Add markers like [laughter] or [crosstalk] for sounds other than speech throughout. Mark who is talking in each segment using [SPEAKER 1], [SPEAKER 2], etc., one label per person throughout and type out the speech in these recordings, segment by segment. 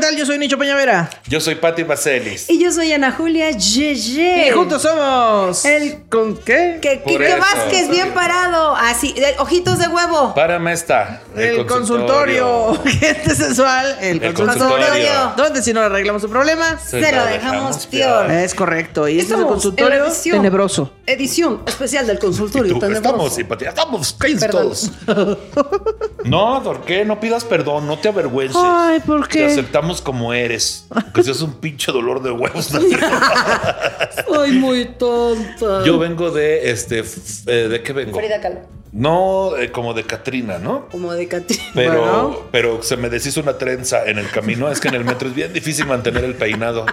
[SPEAKER 1] tal? Yo soy Nicho Peñavera.
[SPEAKER 2] Yo soy Pati Baselis.
[SPEAKER 3] Y yo soy Ana Julia Yeye.
[SPEAKER 1] Y juntos somos.
[SPEAKER 3] El-
[SPEAKER 1] ¿Con qué?
[SPEAKER 3] Que
[SPEAKER 2] Por
[SPEAKER 3] Quique
[SPEAKER 2] eso.
[SPEAKER 3] Vázquez, bien parado. Así, de- ojitos de huevo.
[SPEAKER 2] Párame esta.
[SPEAKER 1] El consultorio. [laughs] Gente sensual. El,
[SPEAKER 2] El
[SPEAKER 1] consultorio.
[SPEAKER 2] consultorio.
[SPEAKER 1] ¿Dónde si no arreglamos su problema?
[SPEAKER 2] Se
[SPEAKER 3] Se lo dejamos peor.
[SPEAKER 1] Es correcto. Y este es el
[SPEAKER 3] Estamos en
[SPEAKER 1] consultorio
[SPEAKER 3] la edición.
[SPEAKER 1] tenebroso. [laughs]
[SPEAKER 3] Edición especial del
[SPEAKER 2] Y
[SPEAKER 3] consultorio.
[SPEAKER 2] tú,
[SPEAKER 3] tenebroso.
[SPEAKER 2] estamos, simpatía, estamos
[SPEAKER 3] Perdón.
[SPEAKER 2] listos. No, ¿por qué? No pidas perdón, no te avergüences.
[SPEAKER 1] Ay, ¿por
[SPEAKER 2] Te
[SPEAKER 1] qué?
[SPEAKER 2] aceptamos como eres. Que seas un pinche dolor de huevos. [laughs]
[SPEAKER 3] Soy muy tonta.
[SPEAKER 2] Yo vengo de este. f- eh, ¿De qué vengo?
[SPEAKER 3] Frida Kahlo.
[SPEAKER 2] No, eh, como de Katrina, ¿no?
[SPEAKER 3] Como de
[SPEAKER 2] [laughs]
[SPEAKER 3] Catrina.
[SPEAKER 2] Pero,
[SPEAKER 1] Bueno.
[SPEAKER 2] pero se me deshizo una trenza en el camino. Es que en el metro es bien difícil mantener el peinado.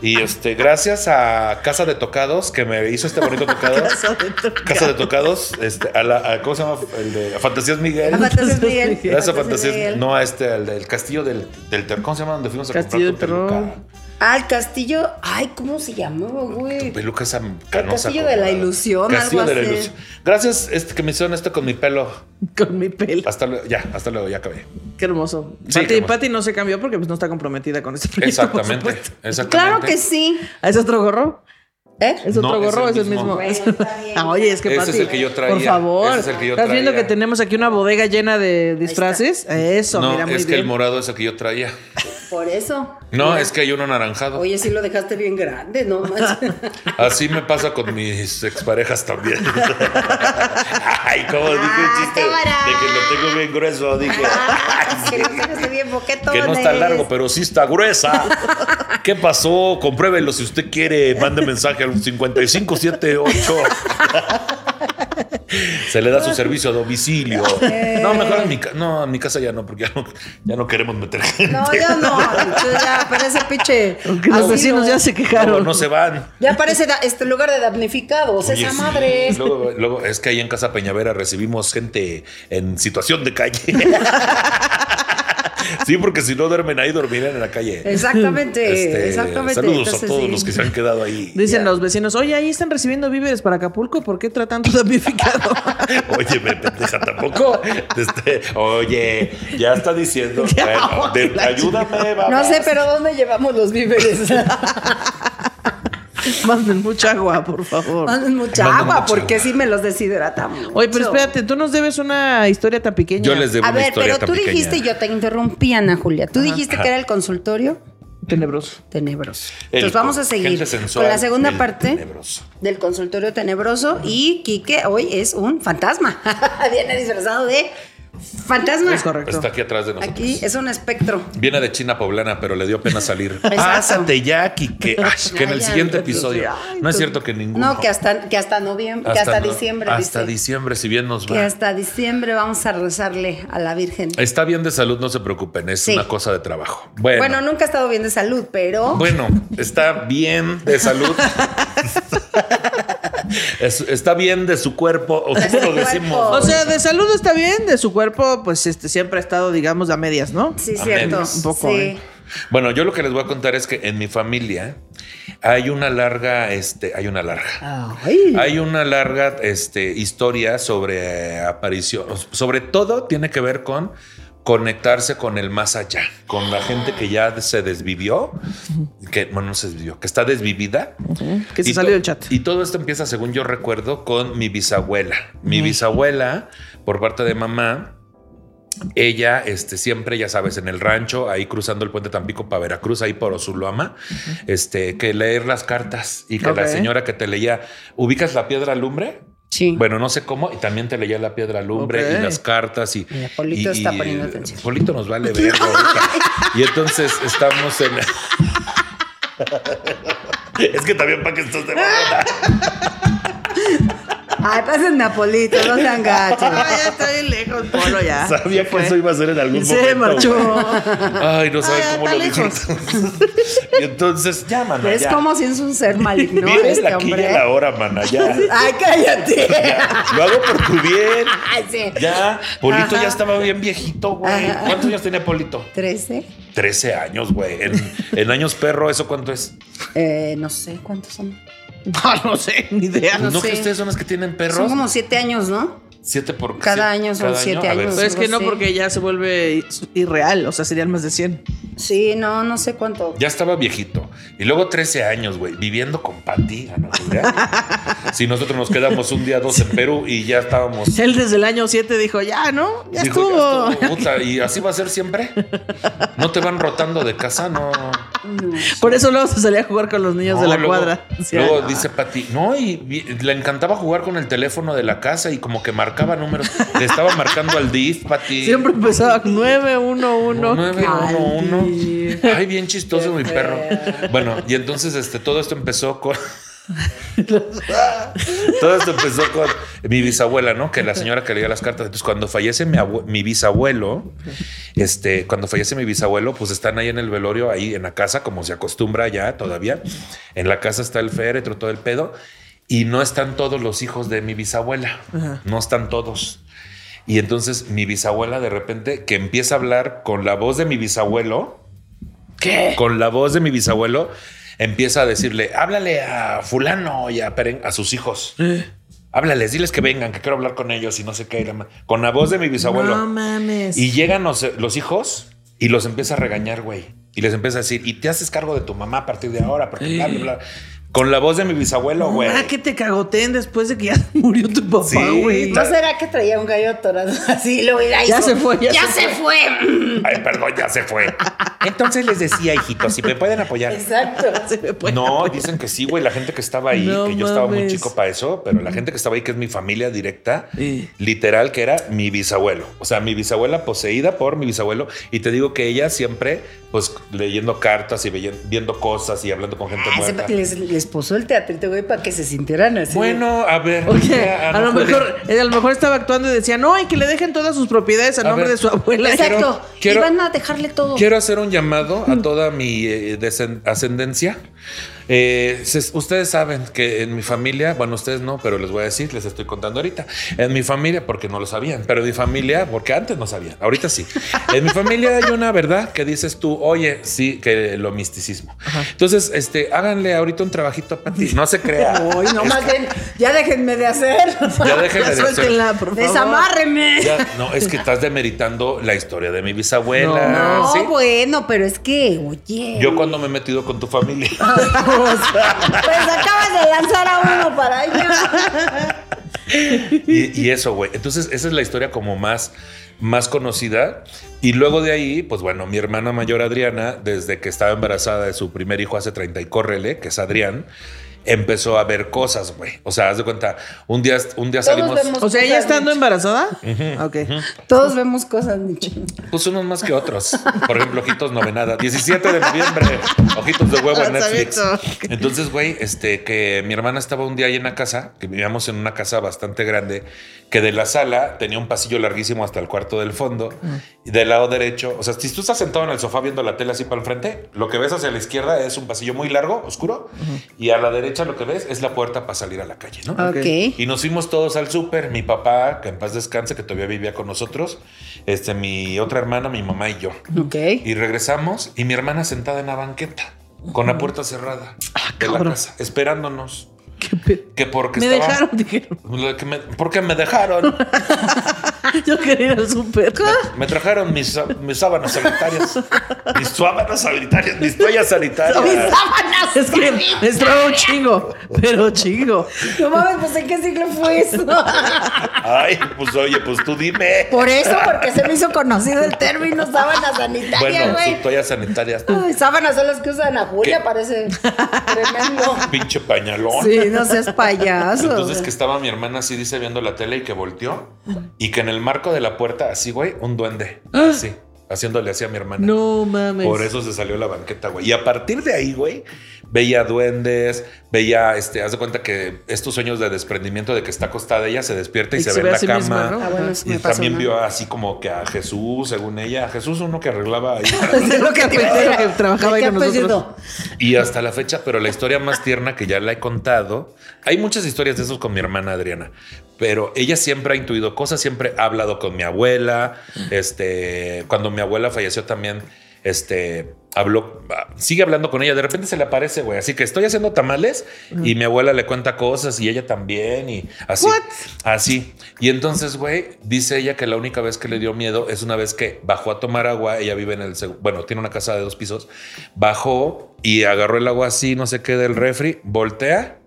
[SPEAKER 2] Y este, gracias a Casa de Tocados, que me hizo este bonito tocado.
[SPEAKER 3] [laughs]
[SPEAKER 2] Casa de Tocados. este, a la, a- ¿cómo se llama? El de a Fantasías Miguel.
[SPEAKER 3] A Fantasías Miguel.
[SPEAKER 2] Gracias a
[SPEAKER 3] Fantasías
[SPEAKER 2] Fantasías.
[SPEAKER 3] Miguel.
[SPEAKER 2] No, a este, al del castillo del, del Terror. ¿Cómo se llama? Donde fuimos a
[SPEAKER 1] Castillo
[SPEAKER 2] comprar tu
[SPEAKER 1] del Terror.
[SPEAKER 2] peluca.
[SPEAKER 3] Al castillo. Ay, ¿cómo se llamaba,
[SPEAKER 2] Tu
[SPEAKER 3] güey?
[SPEAKER 2] peluca esa canosa.
[SPEAKER 3] Castillo
[SPEAKER 2] como
[SPEAKER 3] de la
[SPEAKER 2] la-
[SPEAKER 3] Ilusión,
[SPEAKER 2] Castillo
[SPEAKER 3] algo
[SPEAKER 2] de la
[SPEAKER 3] así.
[SPEAKER 2] ilusión. Gracias este, que me hicieron esto con mi pelo.
[SPEAKER 1] Con mi pelo.
[SPEAKER 2] Hasta luego, ya, hasta luego, ya acabé.
[SPEAKER 1] Qué hermoso.
[SPEAKER 2] Ah. Sí,
[SPEAKER 1] Pati,
[SPEAKER 2] qué hermoso.
[SPEAKER 1] Pati no se cambió porque pues, no está comprometida con este proyecto. por
[SPEAKER 2] Exactamente,
[SPEAKER 1] supuesto.
[SPEAKER 2] exactamente.
[SPEAKER 3] Claro que sí.
[SPEAKER 1] ¿Ah, ¿Es otro gorro?
[SPEAKER 3] ¿Eh?
[SPEAKER 1] ¿Es otro
[SPEAKER 2] No, es
[SPEAKER 1] gorro?
[SPEAKER 2] el
[SPEAKER 1] ¿Es el
[SPEAKER 2] mismo.
[SPEAKER 1] mismo? [laughs]
[SPEAKER 3] Bueno, está bien.
[SPEAKER 1] Ah, oye, es que
[SPEAKER 2] Ese
[SPEAKER 1] Pati,
[SPEAKER 2] es el que yo traía.
[SPEAKER 1] Por favor.
[SPEAKER 2] Ese es el que yo
[SPEAKER 1] ¿Estás viendo que
[SPEAKER 2] traía.
[SPEAKER 1] tenemos aquí una bodega llena de
[SPEAKER 3] está.
[SPEAKER 1] disfraces? Eso,
[SPEAKER 2] no,
[SPEAKER 1] mira, muy
[SPEAKER 2] es que el
[SPEAKER 1] bien.
[SPEAKER 2] morado es el que yo traía.
[SPEAKER 3] Por eso.
[SPEAKER 2] No,
[SPEAKER 3] Mira.
[SPEAKER 2] es que hay uno anaranjado.
[SPEAKER 3] Oye, sí lo dejaste bien
[SPEAKER 2] [laughs]
[SPEAKER 3] grande, ¿no? manches.
[SPEAKER 2] Así me pasa con mis exparejas
[SPEAKER 3] [laughs]
[SPEAKER 2] también. Ay, como dije
[SPEAKER 3] Ah,
[SPEAKER 2] un chiste
[SPEAKER 3] cámara.
[SPEAKER 2] de que lo tengo bien grueso, dije.
[SPEAKER 3] Ah, que lo dejaste bien boquetón.
[SPEAKER 2] Que no está largo, pero sí está gruesa. ¿Qué pasó? Compruébelo si usted quiere. Mande mensaje al 5578. Se le da su servicio a domicilio. No, mejor en mi, ca- no, en mi casa ya no, porque ya no, ya no queremos meter gente.
[SPEAKER 3] No, ya
[SPEAKER 2] [laughs]
[SPEAKER 3] no. Yo ya parece pinche.
[SPEAKER 1] Aunque los
[SPEAKER 3] asilo.
[SPEAKER 1] vecinos ya se
[SPEAKER 2] Luego
[SPEAKER 1] quejaron.
[SPEAKER 2] no se van.
[SPEAKER 3] Ya parece da- este lugar de damnificados,
[SPEAKER 2] Oye,
[SPEAKER 3] Pues esa
[SPEAKER 2] sí.
[SPEAKER 3] madre.
[SPEAKER 2] [laughs] Luego, luego, es que ahí en Casa Peñavera recibimos gente en situación de
[SPEAKER 3] [laughs]
[SPEAKER 2] calle. sí, porque si no duermen ahí, dormirán en la calle.
[SPEAKER 3] Exactamente,
[SPEAKER 2] Este,
[SPEAKER 3] exactamente.
[SPEAKER 2] Saludos a
[SPEAKER 3] Entonces,
[SPEAKER 2] todos
[SPEAKER 3] sí.
[SPEAKER 2] los que se han quedado
[SPEAKER 3] [laughs]
[SPEAKER 2] ahí.
[SPEAKER 1] Dicen los vecinos, oye, ahí están recibiendo víveres para Acapulco, ¿por qué tratan tanto
[SPEAKER 3] [laughs]
[SPEAKER 1] damnificado?
[SPEAKER 2] Oye, me pendeja tampoco. Este, oye, ya está diciendo.
[SPEAKER 3] [laughs]
[SPEAKER 2] Bueno, de- ayúdame, va.
[SPEAKER 3] No sé, pero ¿dónde llevamos
[SPEAKER 2] [laughs]
[SPEAKER 3] los víveres? [laughs]
[SPEAKER 1] Manden mucha agua, por favor.
[SPEAKER 3] Manden mucha
[SPEAKER 2] Manden
[SPEAKER 3] agua,
[SPEAKER 2] mucha
[SPEAKER 3] porque
[SPEAKER 2] agua.
[SPEAKER 3] sí me los deshidratamos.
[SPEAKER 1] Oye, pero espérate, tú nos debes una historia tan pequeña.
[SPEAKER 2] Yo les debo
[SPEAKER 3] A
[SPEAKER 2] una
[SPEAKER 3] ver,
[SPEAKER 2] historia
[SPEAKER 3] pero tú
[SPEAKER 2] tan pequeña.
[SPEAKER 3] dijiste, yo te interrumpí, Ana Julia. Tú dijiste que era el consultorio
[SPEAKER 1] Tenebroso.
[SPEAKER 3] tenebroso.
[SPEAKER 2] El
[SPEAKER 3] Entonces vamos a
[SPEAKER 2] gente
[SPEAKER 3] seguir
[SPEAKER 2] sensual,
[SPEAKER 3] con la segunda
[SPEAKER 2] el
[SPEAKER 3] parte
[SPEAKER 2] tenebroso.
[SPEAKER 3] del consultorio tenebroso. Y Quique hoy es un fantasma. [laughs] Viene disfrazado de fantasma.
[SPEAKER 1] Es correcto.
[SPEAKER 2] Está aquí atrás de nosotros.
[SPEAKER 3] Aquí es un espectro.
[SPEAKER 2] Viene de China poblana, pero le dio
[SPEAKER 3] [laughs]
[SPEAKER 2] pena salir.
[SPEAKER 3] Exacto.
[SPEAKER 2] Pásate ya,
[SPEAKER 3] [laughs]
[SPEAKER 2] Quique. Ay, que en
[SPEAKER 3] Ay,
[SPEAKER 2] el
[SPEAKER 3] ya,
[SPEAKER 2] siguiente
[SPEAKER 3] ya,
[SPEAKER 2] episodio.
[SPEAKER 1] ay,
[SPEAKER 2] No es cierto que ninguno.
[SPEAKER 3] No, que hasta, que hasta noviembre, que hasta
[SPEAKER 2] no-
[SPEAKER 3] diciembre.
[SPEAKER 2] Hasta
[SPEAKER 3] dice.
[SPEAKER 2] diciembre, si bien nos
[SPEAKER 3] Que
[SPEAKER 2] va.
[SPEAKER 3] hasta diciembre vamos a rezarle a la Virgen.
[SPEAKER 2] Está bien de salud, no se preocupen. Es
[SPEAKER 3] Sí.
[SPEAKER 2] una cosa de trabajo. Bueno.
[SPEAKER 3] Bueno,
[SPEAKER 2] Bueno,
[SPEAKER 3] nunca he estado bien de salud, pero
[SPEAKER 2] está bien de
[SPEAKER 3] [laughs]
[SPEAKER 2] salud. Es- está bien de su cuerpo. O cómo lo
[SPEAKER 3] su
[SPEAKER 2] decimos.
[SPEAKER 3] cuerpo.
[SPEAKER 1] O sea, de salud está bien, de su cuerpo, pues este siempre ha estado, digamos, a medias, ¿no?
[SPEAKER 3] sí,
[SPEAKER 2] a
[SPEAKER 3] cierto.
[SPEAKER 2] medias.
[SPEAKER 1] Un poco,
[SPEAKER 3] sí.
[SPEAKER 1] ¿eh?
[SPEAKER 2] Bueno, yo lo que les voy a contar es que en mi familia hay una larga, este, hay una larga.
[SPEAKER 3] Ay.
[SPEAKER 2] Hay una larga este, historia sobre aparición. Sobre todo tiene que ver con conectarse con el más allá, con la gente que ya se desvivió, que bueno, no se desvivió, que está desvivida.
[SPEAKER 1] Que se
[SPEAKER 2] Y
[SPEAKER 1] salió
[SPEAKER 2] to-
[SPEAKER 1] del chat. [laughs]
[SPEAKER 2] Y todo esto empieza, según yo recuerdo, con mi bisabuela. Mi bisabuela, por parte de mamá, ella este, siempre, ya sabes, en el rancho, ahí cruzando el puente Tampico para Veracruz, ahí por Ozuloama, este, que leer las cartas y que la
[SPEAKER 1] Ok.
[SPEAKER 2] señora que te leía, ¿ubicas la piedra lumbre?
[SPEAKER 3] Sí.
[SPEAKER 2] Bueno, no sé cómo, y también te leía la piedra lumbre
[SPEAKER 1] Ok.
[SPEAKER 2] y las cartas y...
[SPEAKER 3] Mira, Polito está poniendo atención.
[SPEAKER 2] Polito nos
[SPEAKER 3] [laughs]
[SPEAKER 2] vale ver Y entonces estamos en... [laughs] es que también para que estás de mamona.
[SPEAKER 3] Ay, pásenme a Polito, no
[SPEAKER 2] [laughs]
[SPEAKER 3] sean gachos.
[SPEAKER 1] Ah, ya está bien lejos, Polo,
[SPEAKER 3] Ah,
[SPEAKER 1] ya.
[SPEAKER 2] Sabía
[SPEAKER 1] Se
[SPEAKER 2] que
[SPEAKER 1] fue.
[SPEAKER 2] eso iba a ser en algún
[SPEAKER 1] Se
[SPEAKER 2] momento.
[SPEAKER 1] marchó.
[SPEAKER 2] [laughs] Ay, no saben
[SPEAKER 1] Ah,
[SPEAKER 2] cómo
[SPEAKER 1] está
[SPEAKER 2] lo disfruto. [laughs] y entonces, ya, mana,
[SPEAKER 3] es
[SPEAKER 2] ya.
[SPEAKER 3] como si es un ser maligno
[SPEAKER 2] Viene
[SPEAKER 3] Pues, este
[SPEAKER 2] la quilla
[SPEAKER 3] hombre.
[SPEAKER 2] a la hora, mana, ya.
[SPEAKER 3] [laughs] Ay, cállate.
[SPEAKER 2] [laughs] Ya, Lo hago por tu bien.
[SPEAKER 3] Ay, sí.
[SPEAKER 2] Ya, Polito
[SPEAKER 3] Ajá.
[SPEAKER 2] ya estaba bien viejito, güey.
[SPEAKER 3] Ajá.
[SPEAKER 2] ¿Cuántos años tenía Polito?
[SPEAKER 3] ¿Trece?
[SPEAKER 2] 13 años, güey. En, en años perro, ¿eso cuánto es?
[SPEAKER 3] Eh, no sé cuántos son.
[SPEAKER 1] No, no sé, ni idea.
[SPEAKER 2] No,
[SPEAKER 3] No
[SPEAKER 2] que
[SPEAKER 3] sé.
[SPEAKER 2] ustedes son las que tienen perros.
[SPEAKER 3] Son como siete años, ¿no?
[SPEAKER 2] Siete por
[SPEAKER 3] Cada
[SPEAKER 2] si-
[SPEAKER 3] año son siete
[SPEAKER 2] A ver, pues,
[SPEAKER 1] Pero
[SPEAKER 3] años.
[SPEAKER 1] Pues es que no,
[SPEAKER 3] Sí.
[SPEAKER 1] porque ya se vuelve irreal. O sea, serían más de 100.
[SPEAKER 3] Sí, no, no sé cuánto.
[SPEAKER 2] Ya estaba viejito. Y luego 13 años, güey, viviendo con Pati. Ana Julia. si nosotros nos quedamos un día, dos en Perú y ya estábamos.
[SPEAKER 1] Él desde el año 7 dijo, ya, ¿no? Ya
[SPEAKER 2] Dijo,
[SPEAKER 1] estuvo.
[SPEAKER 2] "Ya estuvo, puta, y así va a ser siempre. No te van rotando de casa, no.
[SPEAKER 3] No.
[SPEAKER 1] [laughs] Por eso luego se salía a jugar con los niños
[SPEAKER 2] No,
[SPEAKER 1] de la
[SPEAKER 2] luego-
[SPEAKER 1] cuadra. "Ah, Sí,
[SPEAKER 2] luego
[SPEAKER 1] no.
[SPEAKER 2] dice Pati, no, y vi- le encantaba jugar con el teléfono de la casa y como que marcaba números. Le estaba marcando al DIF, Pati.
[SPEAKER 1] Siempre empezaba 911.
[SPEAKER 2] 911. Ay, bien chistoso mi perro. Bueno, y entonces este, todo esto empezó con. [laughs] todo esto empezó con mi bisabuela, ¿no? Que la señora que leía las cartas. Entonces, cuando fallece mi, abue- mi bisabuelo, este, cuando fallece mi bisabuelo, pues están ahí en el velorio, ahí en la casa, como se acostumbra ya todavía. En la casa está el féretro, todo el pedo. Y no están todos los hijos de mi bisabuela.
[SPEAKER 1] Ajá.
[SPEAKER 2] No están todos. Y entonces mi bisabuela de repente que empieza a hablar con la voz de mi bisabuelo,
[SPEAKER 1] ¿Qué?
[SPEAKER 2] con la voz de mi bisabuelo, empieza a decirle, háblale a fulano y a, peren- a sus hijos.
[SPEAKER 1] Eh.
[SPEAKER 2] Háblales, diles que vengan, que quiero hablar con ellos y no sé qué. y la ma- Con la voz de mi bisabuelo.
[SPEAKER 1] No mames.
[SPEAKER 2] Pues, Y llegan los, los hijos y los empieza a regañar, güey. Y les empieza a decir, y te haces cargo de tu mamá a partir de ahora, porque bla, bla, bla. Con la voz de mi bisabuelo, güey.
[SPEAKER 1] Ah, que te cagoteen después de que ya [laughs] murió tu
[SPEAKER 2] Sí.
[SPEAKER 1] papá, güey.
[SPEAKER 3] ¿No será que traía un gallo atorado así? Lo hubiera
[SPEAKER 1] Ya
[SPEAKER 3] hizo.
[SPEAKER 1] se fue, ya se
[SPEAKER 3] fue.
[SPEAKER 2] Ay, perdón, ya se fue. Entonces les decía, hijitos, si me pueden apoyar.
[SPEAKER 3] Exacto.
[SPEAKER 1] [laughs]
[SPEAKER 3] [laughs]
[SPEAKER 1] Se me fue.
[SPEAKER 2] No, dicen que sí, güey. La gente que estaba ahí,
[SPEAKER 1] No
[SPEAKER 2] que yo estaba muy
[SPEAKER 1] mames.
[SPEAKER 2] chico para eso, pero la gente que estaba ahí, que es mi familia directa,
[SPEAKER 1] Sí.
[SPEAKER 2] literal, que era mi bisabuelo. O sea, mi bisabuela poseída por mi bisabuelo. Y te digo que ella siempre, pues leyendo cartas y veyen- viendo cosas y hablando con gente
[SPEAKER 3] Ah, se-
[SPEAKER 2] muerta.
[SPEAKER 3] les, les puso el teatrito, güey, para que se sintieran así.
[SPEAKER 2] Bueno, a ver.
[SPEAKER 1] Oye,
[SPEAKER 2] ya,
[SPEAKER 1] a
[SPEAKER 2] Ana
[SPEAKER 1] lo
[SPEAKER 2] Julia,
[SPEAKER 1] mejor, eh, a lo mejor estaba actuando y decía, no, y que le dejen todas sus propiedades a,
[SPEAKER 2] A
[SPEAKER 1] nombre
[SPEAKER 2] ver.
[SPEAKER 1] de su abuela.
[SPEAKER 3] Exacto.
[SPEAKER 2] quiero-
[SPEAKER 3] y van a dejarle todo.
[SPEAKER 2] Quiero hacer un llamado
[SPEAKER 1] Mm.
[SPEAKER 2] a toda mi eh, desen- ascendencia. Eh, se- ustedes saben que en mi familia, bueno, ustedes no, pero les voy a decir, les estoy contando ahorita. En mi familia, porque no lo sabían, pero en mi familia, porque antes no sabían,
[SPEAKER 1] [laughs]
[SPEAKER 2] ahorita sí. En mi familia hay una verdad que dices tú, oye, sí, que lo misticismo. Entonces, este, háganle ahorita un trabajito para ti. No se
[SPEAKER 1] [laughs]
[SPEAKER 2] crea.
[SPEAKER 3] Ay, no, más bien, ya déjenme de [laughs] hacer.
[SPEAKER 2] Ya déjenme
[SPEAKER 1] Ya
[SPEAKER 2] de hacer.
[SPEAKER 1] suéltenla, por favor. [laughs]
[SPEAKER 3] Desamárreme.
[SPEAKER 2] Ya, no, es que estás demeritando la historia de mi bisabuela.
[SPEAKER 3] No,
[SPEAKER 2] ¿sí?
[SPEAKER 3] bueno, pero es que, oye.
[SPEAKER 2] Yo cuando me he metido con tu familia.
[SPEAKER 3] Pues acabas de lanzar a uno para allá.
[SPEAKER 2] Y, y eso, güey. Entonces, esa es la historia como más, más conocida. Y luego de ahí, pues bueno, mi hermana mayor Adriana, desde que estaba embarazada de su primer hijo hace 30 y córrele, que es Adrián, empezó a ver cosas, güey. O sea, haz de cuenta, un día, un día
[SPEAKER 3] Todos
[SPEAKER 2] salimos,
[SPEAKER 3] vemos-
[SPEAKER 1] O sea, ella estando embarazada. Ok.
[SPEAKER 3] Todos vemos cosas, Nicho.
[SPEAKER 2] pues unos más que otros. Por ejemplo, Ojitos Novenada, 17 de noviembre, Ojitos de Huevo en Netflix.
[SPEAKER 1] Lanzamiento.
[SPEAKER 2] Entonces, güey, este, que mi hermana estaba un día ahí en la casa, que vivíamos en una casa bastante grande, que de la sala tenía un pasillo larguísimo hasta el cuarto del fondo, y del lado derecho, o sea, si tú estás sentado en el sofá viendo la tele así para el frente, lo que ves hacia la izquierda es un pasillo muy largo, oscuro, y a la derecha lo que ves es la puerta para salir a la calle, ¿no?
[SPEAKER 3] Ok.
[SPEAKER 2] Y nos fuimos todos al súper, mi papá, que en paz descanse, que todavía vivía con nosotros, este, mi otra hermana, mi mamá y yo.
[SPEAKER 3] Ok.
[SPEAKER 2] Y regresamos y mi hermana sentada en la banqueta, con la puerta cerrada de la
[SPEAKER 1] cabrón.
[SPEAKER 2] casa, esperándonos.
[SPEAKER 1] Qué pedo.
[SPEAKER 2] Que porque
[SPEAKER 1] Me
[SPEAKER 2] estaba-
[SPEAKER 1] dejaron, dijeron. "Ah,
[SPEAKER 2] Lo que me- porque me dejaron.
[SPEAKER 1] Yo quería ir al súper.
[SPEAKER 2] Me trajeron mis, mis sábanas sanitarias. Mis sábanas sanitarias, mis toallas sanitarias.
[SPEAKER 3] sábanas.
[SPEAKER 1] [laughs] Es que estaba un chingo, pero chingo.
[SPEAKER 3] No mames, pues en qué ciclo fue [laughs] eso.
[SPEAKER 2] Ay, pues oye, pues tú dime.
[SPEAKER 3] Por eso, porque se me hizo conocido el término sábana sanitaria,
[SPEAKER 2] Bueno,
[SPEAKER 3] güey.
[SPEAKER 2] sus toallas sanitarias.
[SPEAKER 3] Ay, sábanas son las que usan a Julia,
[SPEAKER 2] ¿Qué?
[SPEAKER 3] parece
[SPEAKER 1] [laughs]
[SPEAKER 3] tremendo.
[SPEAKER 2] Pinche pañalón.
[SPEAKER 3] Sí, no seas payaso.
[SPEAKER 2] Entonces
[SPEAKER 3] [laughs]
[SPEAKER 2] que estaba mi hermana así, dice, viendo la tele y que volteó. Y que en el marco de la puerta, así, güey, un duende. Así, haciéndole así a mi hermana.
[SPEAKER 1] Ah. No mames.
[SPEAKER 2] Por eso se salió a la banqueta, güey. Y a partir de ahí, güey, veía duendes, veía, este, haz de cuenta que estos sueños de desprendimiento de que está acostada ella se despierta y, se, ve en
[SPEAKER 1] a
[SPEAKER 2] la
[SPEAKER 1] sí
[SPEAKER 2] cama.
[SPEAKER 1] misma, ¿no?
[SPEAKER 3] Ah, bueno, eso
[SPEAKER 2] Y
[SPEAKER 3] me pasó,
[SPEAKER 2] también
[SPEAKER 3] ¿no?
[SPEAKER 2] vio así como que a Jesús, según ella, a Jesús uno que arreglaba ahí.
[SPEAKER 1] [laughs] Es lo que te
[SPEAKER 3] Pero,
[SPEAKER 1] que trabajaba ahí
[SPEAKER 3] ¿de
[SPEAKER 1] con
[SPEAKER 3] qué
[SPEAKER 1] nosotros.
[SPEAKER 3] apellido?
[SPEAKER 2] Y hasta la fecha, pero la historia más tierna que ya la he contado, hay muchas historias de esos con mi hermana Adriana, pero ella siempre ha intuido cosas, siempre ha hablado con mi abuela, este, cuando mi abuela falleció también, este, habló, ah, sigue hablando con ella. De repente se le aparece, güey. Así que estoy haciendo tamales y mi abuela le cuenta cosas y ella también y así.
[SPEAKER 1] What?
[SPEAKER 2] Así. Y entonces, güey, dice ella que la única vez que le dio miedo es una vez que bajó a tomar agua. Ella vive en el, seg- bueno, tiene una casa de dos pisos. Bajó y agarró el agua así, no sé qué, del refri, voltea.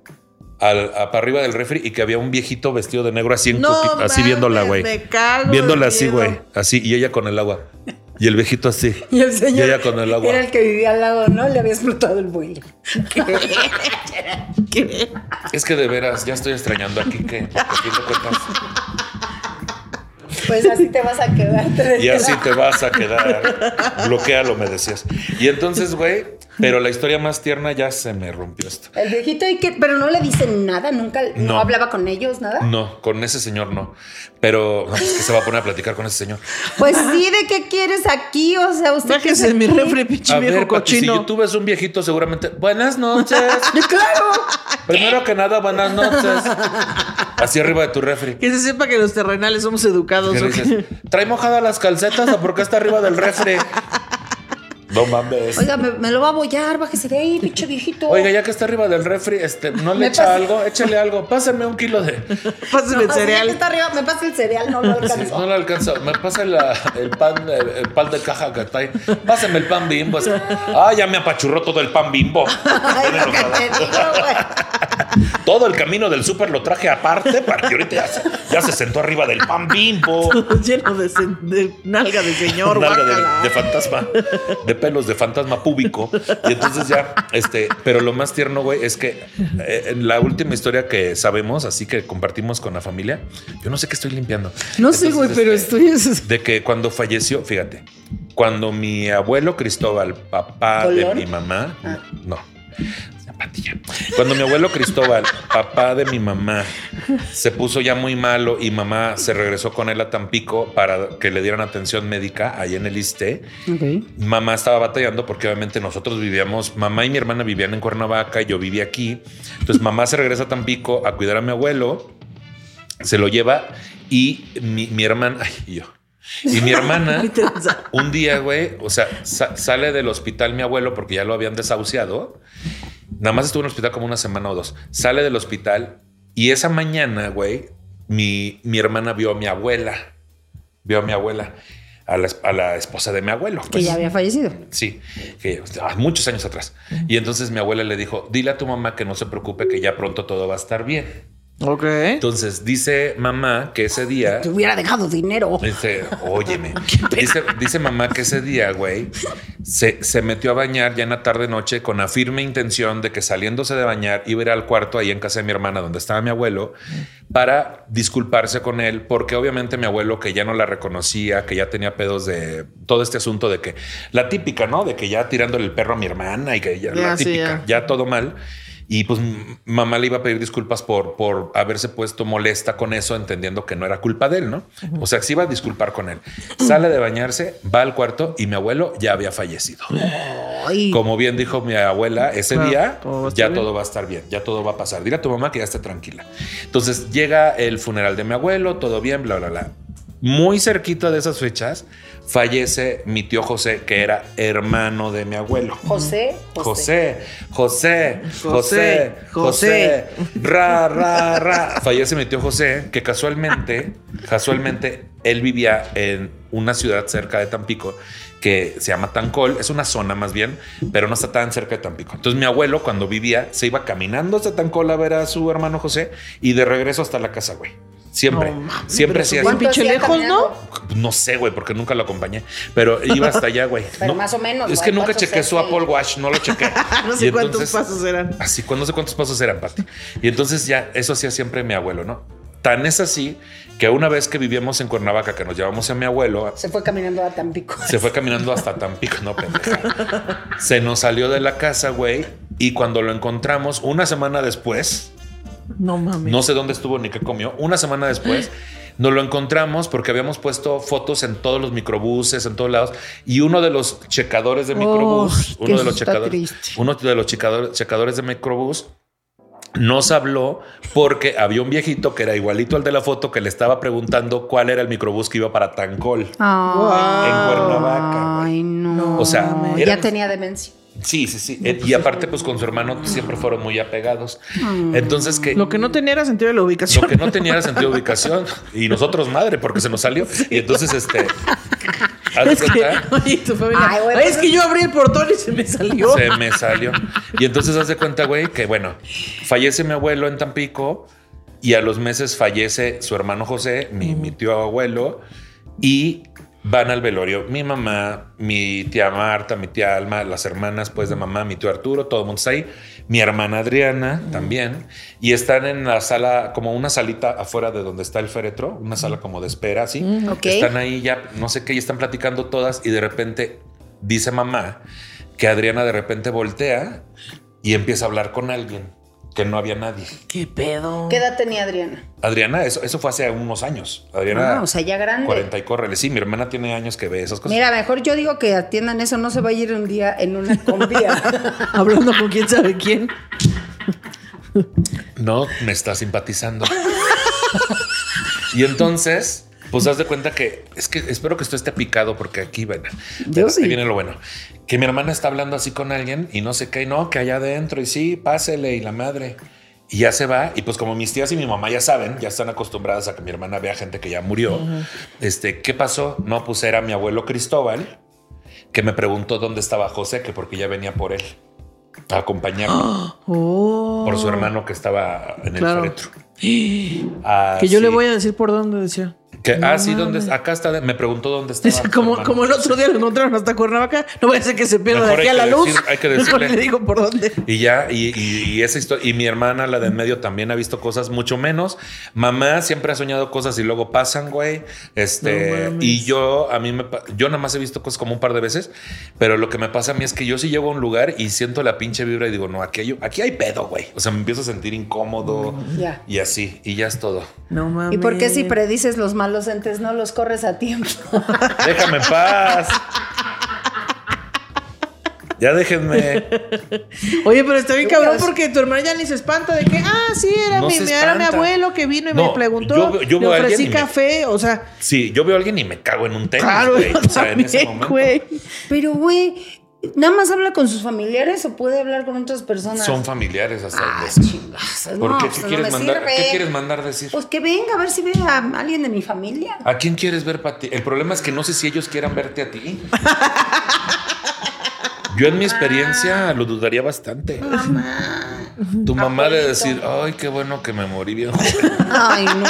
[SPEAKER 2] Al, a- para arriba del refri y que había un viejito vestido de negro así, en cupi- así
[SPEAKER 1] mames,
[SPEAKER 2] viéndola, güey.
[SPEAKER 1] Me cago. de
[SPEAKER 2] Viéndola así,
[SPEAKER 1] miedo.
[SPEAKER 2] güey. Así. Y ella con el agua. Y el viejito así.
[SPEAKER 3] Y el señor
[SPEAKER 2] Y ella con
[SPEAKER 3] [laughs]
[SPEAKER 2] el agua.
[SPEAKER 3] era el que vivía al lado, ¿no? Le había explotado el boiler. [laughs]
[SPEAKER 1] ¿Qué?
[SPEAKER 2] Es que de veras, ya estoy extrañando aquí que.
[SPEAKER 3] Pues así te vas a quedar. [laughs] te
[SPEAKER 2] Y así te vas a quedar. Bloquealo, me decías. Y entonces, güey, pero la historia más tierna ya se me rompió esto.
[SPEAKER 3] El viejito y que, pero no le dicen nada, nunca,
[SPEAKER 2] No.
[SPEAKER 3] no,
[SPEAKER 2] Mm.
[SPEAKER 3] hablaba con ellos, nada.
[SPEAKER 2] No, con ese señor no. Pero no, es que se va a poner a platicar con ese señor.
[SPEAKER 3] Pues sí, ¿de qué quieres aquí? O sea, usted qué
[SPEAKER 1] Bájese
[SPEAKER 3] hace
[SPEAKER 1] de mi
[SPEAKER 3] aquí?
[SPEAKER 1] refri, pinche
[SPEAKER 2] A
[SPEAKER 1] viejo
[SPEAKER 2] ver, Pati, si
[SPEAKER 1] cochino.
[SPEAKER 2] tú ves un viejito, seguramente. Buenas noches.
[SPEAKER 3] [laughs] Claro.
[SPEAKER 2] Primero que nada, buenas noches. Así arriba de tu refri.
[SPEAKER 1] Que se sepa que los terrenales somos educados.
[SPEAKER 2] Que
[SPEAKER 1] ¿o
[SPEAKER 2] le
[SPEAKER 1] qué? [laughs]
[SPEAKER 2] dices, ¿Trae mojadas las calcetas o por qué está arriba del refri? No mames.
[SPEAKER 3] Oiga, me, me lo va a bollar, bájese de ahí, pinche viejito.
[SPEAKER 2] Oiga, ya que está arriba del refri, este, no
[SPEAKER 3] Me
[SPEAKER 2] le echa
[SPEAKER 3] pasa-
[SPEAKER 2] algo, échale algo, pásame un kilo de.
[SPEAKER 1] Pásenme el
[SPEAKER 3] Ah, sí, ya que
[SPEAKER 1] cereal.
[SPEAKER 3] está arriba, me pasa el cereal, no lo alcanzo.
[SPEAKER 2] No le alcanza, me pasa la- el pan, el, el pan de caja que está ahí. Pásame el pan bimbo. así. Ah, ya me apachurró todo el pan bimbo.
[SPEAKER 3] Ay, lo que te digo, güey.
[SPEAKER 2] Todo el camino del súper lo traje aparte para que ahorita ya se, ya se sentó arriba del pan bimbo.
[SPEAKER 1] Lleno de, sen- de nalga de señor.
[SPEAKER 2] Nalga de,
[SPEAKER 1] guácala.
[SPEAKER 2] de fantasma, de pelos de fantasma púbico. Y entonces ya, este, pero lo más tierno, güey, es que eh, en la última historia que sabemos, así que compartimos con la familia, yo no sé qué estoy limpiando.
[SPEAKER 3] No sé,
[SPEAKER 2] Entonces,
[SPEAKER 3] güey, pero
[SPEAKER 2] este,
[SPEAKER 1] [laughs]
[SPEAKER 3] estoy.
[SPEAKER 2] De que cuando falleció, fíjate, cuando mi abuelo Cristóbal, papá
[SPEAKER 3] ¿Colón?
[SPEAKER 2] de mi mamá,
[SPEAKER 3] Ah.
[SPEAKER 2] no. zapatilla. Cuando mi abuelo Cristóbal, papá de mi mamá, se puso ya muy malo y mamá se regresó con él a Tampico para que le dieran atención médica ahí en el ISTE, mamá estaba batallando porque obviamente nosotros vivíamos, mamá y mi hermana vivían en Cuernavaca, yo vivía aquí. Entonces mamá se regresa a Tampico a cuidar a mi abuelo, se lo lleva y mi, mi hermana, [laughs] ay, y yo, y mi hermana,
[SPEAKER 1] Muy tensa.
[SPEAKER 2] un día, güey, o sea, sa- sale del hospital mi abuelo porque ya lo habían desahuciado. Nada más estuvo en el hospital como una semana o dos. Sale del hospital y esa mañana, güey, mi, mi hermana vio a mi abuela. Vio a mi abuela, a la, es- a la esposa de mi abuelo.
[SPEAKER 3] Que
[SPEAKER 2] pues.
[SPEAKER 3] ya había fallecido.
[SPEAKER 2] Sí, que ah, muchos años atrás. Y entonces mi abuela le dijo, dile a tu mamá que no se preocupe, que ya pronto todo va a estar bien.
[SPEAKER 1] Ok.
[SPEAKER 2] Entonces dice mamá que ese
[SPEAKER 3] [laughs]
[SPEAKER 2] día...
[SPEAKER 3] Te hubiera dejado dinero.
[SPEAKER 2] Dice, óyeme. Dice, dice mamá que ese día, güey, se, se metió a bañar ya en la tarde-noche con la firme intención de que saliéndose de bañar iba a ir al cuarto ahí en casa de mi hermana donde estaba mi abuelo para disculparse con él, porque obviamente mi abuelo que ya no la reconocía, que ya tenía pedos de todo este asunto de que la típica, ¿no? De que ya tirándole el perro a mi hermana y que ya, la
[SPEAKER 1] Ya, sí,
[SPEAKER 2] típica, ya todo mal. Y pues m- mamá le iba a pedir disculpas por, por haberse puesto molesta con eso, entendiendo que no era culpa de él, ¿no? O sea, que se iba a disculpar con él. Sale de bañarse, va al cuarto y mi abuelo ya había fallecido.
[SPEAKER 3] Ay,
[SPEAKER 2] Como bien dijo mi abuela, ese
[SPEAKER 1] Claro,
[SPEAKER 2] día
[SPEAKER 1] todo va a estar
[SPEAKER 2] ya
[SPEAKER 1] bien.
[SPEAKER 2] todo va a estar bien, ya todo va a pasar. Dile a tu mamá que ya está tranquila. Entonces llega el funeral de mi abuelo, todo bien, bla, bla, bla. Muy cerquita de esas fechas, fallece mi tío José, que era hermano de mi abuelo.
[SPEAKER 3] José,
[SPEAKER 2] José, José, José,
[SPEAKER 1] José,
[SPEAKER 2] José, ra, ra, ra. Fallece mi tío José, que casualmente, casualmente, él vivía en una ciudad cerca de Tampico que se llama Tancol, es una zona más bien, pero no está tan cerca de Tampico. Entonces mi abuelo cuando vivía se iba caminando hasta Tancol a ver a su hermano José y de regreso hasta la casa, güey. Siempre,
[SPEAKER 1] No mames, pero
[SPEAKER 2] siempre hacía
[SPEAKER 1] Buen
[SPEAKER 2] eso.
[SPEAKER 1] supongo- pinche
[SPEAKER 3] hacía
[SPEAKER 1] lejos,
[SPEAKER 3] caminando?
[SPEAKER 2] No sé, güey, porque nunca lo acompañé, pero iba hasta allá, güey.
[SPEAKER 3] Pero
[SPEAKER 2] No,
[SPEAKER 3] más o menos,
[SPEAKER 2] Es
[SPEAKER 3] güey,
[SPEAKER 2] que nunca
[SPEAKER 3] ¿cuántos
[SPEAKER 2] chequé su
[SPEAKER 3] es el-
[SPEAKER 2] Apple Watch, no lo chequé.
[SPEAKER 1] No
[SPEAKER 2] Y
[SPEAKER 1] sé cuántos
[SPEAKER 2] entonces-
[SPEAKER 1] pasos eran.
[SPEAKER 2] Así, cuando no sé cuántos pasos eran, Pati. Y entonces ya, eso hacía siempre mi abuelo, ¿no? Tan es así que una vez que vivíamos en Cuernavaca, que nos llevamos a mi abuelo,
[SPEAKER 3] Se fue caminando a Tampico.
[SPEAKER 2] se fue caminando hasta Tampico, no pendeja. Se nos salió de la casa, güey, y cuando lo encontramos una semana después,
[SPEAKER 1] No mames.
[SPEAKER 2] no sé dónde estuvo ni qué comió. Una semana después nos lo encontramos porque habíamos puesto fotos en todos los microbuses, en todos lados. Y uno de los checadores de
[SPEAKER 3] Oh,
[SPEAKER 2] microbús,
[SPEAKER 3] que
[SPEAKER 2] uno de los
[SPEAKER 3] eso está
[SPEAKER 2] checadores,
[SPEAKER 3] triste.
[SPEAKER 2] uno de los checador- checadores de microbús nos habló porque había un viejito que era igualito al de la foto que le estaba preguntando cuál era el microbús que iba para Tancol.
[SPEAKER 3] Ay,
[SPEAKER 2] Cuernavaca, güey.
[SPEAKER 3] Ay, no.
[SPEAKER 2] O sea,
[SPEAKER 3] ya
[SPEAKER 2] era-
[SPEAKER 3] tenía demencia.
[SPEAKER 2] Sí, sí, sí. Eh, Y aparte, pues con su hermano siempre fueron muy apegados. Entonces, que
[SPEAKER 1] Mm. Lo que no tenía era sentido de la ubicación.
[SPEAKER 2] Lo que no tenía era sentido de ubicación. Y nosotros, madre, porque se nos salió. Y entonces,
[SPEAKER 1] [laughs]
[SPEAKER 2] este. haz de
[SPEAKER 1] Es que,
[SPEAKER 2] cuenta,
[SPEAKER 1] [laughs] oye, tu familia.
[SPEAKER 3] Ay, güey,
[SPEAKER 1] "Ay, es
[SPEAKER 3] pues-
[SPEAKER 1] que yo abrí el portón y se me salió.
[SPEAKER 2] Se me salió. Y entonces, haz de cuenta, güey, que bueno, fallece mi abuelo en Tampico y a los meses fallece su hermano José, mi, mi tío abuelo, y van al velorio mi mamá, mi tía Marta, mi tía Alma, las hermanas pues de mamá, mi tío Arturo, todo el mundo está ahí, mi hermana Adriana también, y están en la sala, como una salita afuera de donde está el féretro, una sala como de espera, así.
[SPEAKER 3] ok.
[SPEAKER 2] Están ahí ya, no sé qué, y están platicando todas y de repente dice mamá que Adriana de repente voltea y empieza a hablar con alguien que no había nadie.
[SPEAKER 1] ¿Qué pedo?
[SPEAKER 3] ¿Qué edad tenía Adriana?
[SPEAKER 2] Adriana, eso, eso fue hace unos años. Adriana,
[SPEAKER 3] Ah, o sea, ya grande.
[SPEAKER 2] 40 y córrele. Sí, mi hermana tiene años que ve esas cosas.
[SPEAKER 3] Mira, mejor yo digo que atiendan eso, no se va a ir un día en [laughs] una combi.
[SPEAKER 1] [laughs] Hablando con quién sabe quién. [gasps]
[SPEAKER 2] No me está simpatizando. y entonces, pues haz de cuenta que es que espero que esto esté picado porque aquí ven,
[SPEAKER 3] Yo sí.
[SPEAKER 2] ahí viene lo bueno. Que mi hermana está hablando así con alguien y no sé qué, y no, que allá adentro y sí, pásele y la madre. Y ya se va. Y pues como mis tías y mi mamá ya saben, ya están acostumbradas a que mi hermana vea gente que ya murió. Este, ¿qué pasó? No, pues era mi abuelo Cristóbal que me preguntó dónde estaba José, que porque ya venía por él a acompañarme
[SPEAKER 1] Oh.
[SPEAKER 2] por su hermano que estaba en el
[SPEAKER 1] Claro.
[SPEAKER 2] féretro.
[SPEAKER 1] [gasps] Que
[SPEAKER 2] Ah,
[SPEAKER 1] yo le
[SPEAKER 2] sí.
[SPEAKER 1] voy a decir por dónde decía.
[SPEAKER 2] Que, ah, sí, ¿dónde está? Acá está. de- Me preguntó dónde estaba.
[SPEAKER 1] [laughs] Dice,
[SPEAKER 2] tu
[SPEAKER 1] como,
[SPEAKER 2] hermano.
[SPEAKER 1] como el otro día lo encontraron hasta Cuernavaca, no voy a hacer que se pierda de
[SPEAKER 2] Mejor
[SPEAKER 1] aquí a
[SPEAKER 2] hay
[SPEAKER 1] la
[SPEAKER 2] que
[SPEAKER 1] luz.
[SPEAKER 2] decir-
[SPEAKER 1] [laughs]
[SPEAKER 2] hay que
[SPEAKER 1] Mejor
[SPEAKER 2] decirle.
[SPEAKER 1] le digo por dónde.
[SPEAKER 2] Y ya, y, y- y esa historia. Y mi hermana, la de en medio, también ha visto cosas mucho menos. Mamá siempre ha soñado cosas y luego pasan, güey. Este,
[SPEAKER 1] No mames.
[SPEAKER 2] y yo, a mí me, pa- yo nada más he visto cosas como un par de veces, pero lo que me pasa a mí es que yo sí llego a un lugar y siento la pinche vibra y digo, no, aquí hay, aquí hay pedo, güey. O sea, me empiezo a sentir incómodo
[SPEAKER 1] Mm,
[SPEAKER 3] Ya.
[SPEAKER 2] y así, y ya es todo.
[SPEAKER 1] No mames.
[SPEAKER 3] ¿Y por qué si predices los malos entes no los corres a tiempo? [laughs]
[SPEAKER 2] Déjame en paz. Ya déjenme.
[SPEAKER 1] Oye, pero está bien
[SPEAKER 3] Yo
[SPEAKER 1] cabrón
[SPEAKER 3] voy a-
[SPEAKER 1] porque tu hermana ya ni se espanta de que, ah, sí, era,
[SPEAKER 2] No
[SPEAKER 1] mi,
[SPEAKER 2] se
[SPEAKER 1] mi- era mi
[SPEAKER 2] espanta.
[SPEAKER 1] abuelo que vino y
[SPEAKER 2] No,
[SPEAKER 1] me preguntó.
[SPEAKER 2] yo veo- yo
[SPEAKER 1] le
[SPEAKER 2] veo a alguien
[SPEAKER 1] ofrecí
[SPEAKER 2] y me-
[SPEAKER 1] café, o sea,
[SPEAKER 2] Sí, yo veo a alguien y me cago en un tenis,
[SPEAKER 1] claro,
[SPEAKER 2] güey.
[SPEAKER 1] yo
[SPEAKER 2] O sea, en ese
[SPEAKER 1] [laughs] también,
[SPEAKER 2] momento.
[SPEAKER 1] güey.
[SPEAKER 3] Pero, güey, ¿nada más habla con sus familiares o puede hablar con otras personas?
[SPEAKER 2] Son familiares hasta
[SPEAKER 3] Ah,
[SPEAKER 2] donde sé.
[SPEAKER 3] chingas.
[SPEAKER 2] ¿Por
[SPEAKER 3] no,
[SPEAKER 2] qué?
[SPEAKER 3] pues
[SPEAKER 2] ¿Qué
[SPEAKER 3] no
[SPEAKER 2] quieres
[SPEAKER 3] me
[SPEAKER 2] mandar?
[SPEAKER 3] sirve.
[SPEAKER 2] ¿Qué quieres mandar decir?
[SPEAKER 3] Pues que venga a ver si ve a alguien de mi familia.
[SPEAKER 2] ¿A quién quieres ver para ti? El problema es que no sé si ellos quieran verte a ti. Yo en mi
[SPEAKER 3] Ah.
[SPEAKER 2] experiencia lo dudaría bastante. Tu mamá de
[SPEAKER 3] Abuelito.
[SPEAKER 2] decir, ay, qué bueno que me morí bien.
[SPEAKER 3] [laughs]
[SPEAKER 2] joven".
[SPEAKER 3] Ay, no.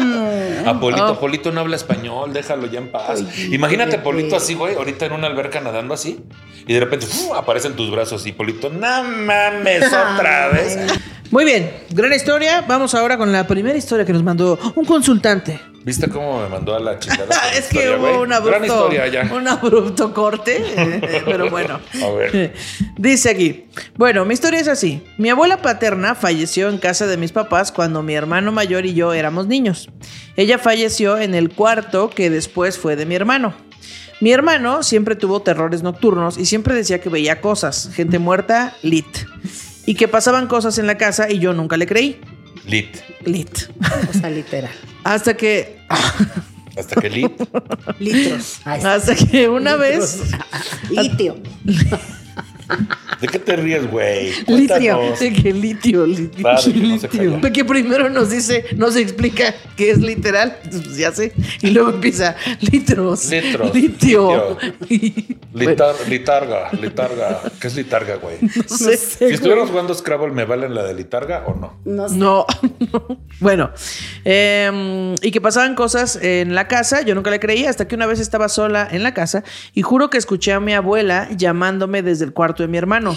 [SPEAKER 1] Mm.
[SPEAKER 2] Apolito,
[SPEAKER 1] Oh.
[SPEAKER 2] Apolito no habla español, déjalo ya en paz. Imagínate a Apolito así, güey, ahorita en una alberca nadando así, y de repente ¡fu! aparecen tus brazos y Polito,
[SPEAKER 1] [laughs]
[SPEAKER 2] no mames, otra vez.
[SPEAKER 1] Muy bien, gran historia. Vamos ahora con la primera historia que nos mandó un consultante.
[SPEAKER 2] ¿Viste cómo me mandó a la chingada?
[SPEAKER 1] Ah, [laughs]
[SPEAKER 2] esta
[SPEAKER 1] es que
[SPEAKER 2] historia, güey?
[SPEAKER 1] hubo un
[SPEAKER 2] Gran
[SPEAKER 1] abrupto,
[SPEAKER 2] historia ya.
[SPEAKER 1] un abrupto corte, [laughs] eh, pero bueno.
[SPEAKER 2] [laughs] A ver.
[SPEAKER 1] [laughs] Dice aquí, bueno, mi historia es así. Mi abuela paterna falleció en casa de mis papás cuando mi hermano mayor y yo éramos niños. Ella falleció en el cuarto que después fue de mi hermano. Mi hermano siempre tuvo terrores nocturnos y siempre decía que veía cosas, gente muerta, lit. Y que pasaban cosas en la casa y yo nunca le creí,
[SPEAKER 2] Lit.
[SPEAKER 1] lit. [laughs]
[SPEAKER 3] O sea, pues, literal.
[SPEAKER 1] Hasta que
[SPEAKER 2] Hasta que Lit.
[SPEAKER 3] Litros. Ay,
[SPEAKER 1] hasta que una vez
[SPEAKER 3] Litio.
[SPEAKER 2] ¿De qué te ríes, güey?
[SPEAKER 1] [laughs] Litio.
[SPEAKER 2] Cuéntanos.
[SPEAKER 1] Sí, que litio, litio.
[SPEAKER 2] Padre, que no se calla.
[SPEAKER 1] Porque primero nos dice, nos explica que es literal, pues ya sé, y luego empieza litros,
[SPEAKER 2] Litros,
[SPEAKER 1] litio. [laughs] Y, bueno,
[SPEAKER 2] Litar- litarga, litarga. ¿Qué es litarga,
[SPEAKER 1] [laughs]
[SPEAKER 2] güey?
[SPEAKER 1] no sé.
[SPEAKER 2] Si estuviéramos jugando Scrabble, ¿me valen la de litarga o no?
[SPEAKER 3] No sé.
[SPEAKER 1] No, [laughs] no. bueno, em, y que pasaban cosas en la casa, yo nunca le creía, hasta que una vez estaba sola en la casa y juro que escuché a mi abuela llamándome desde el cuarto de mi hermano.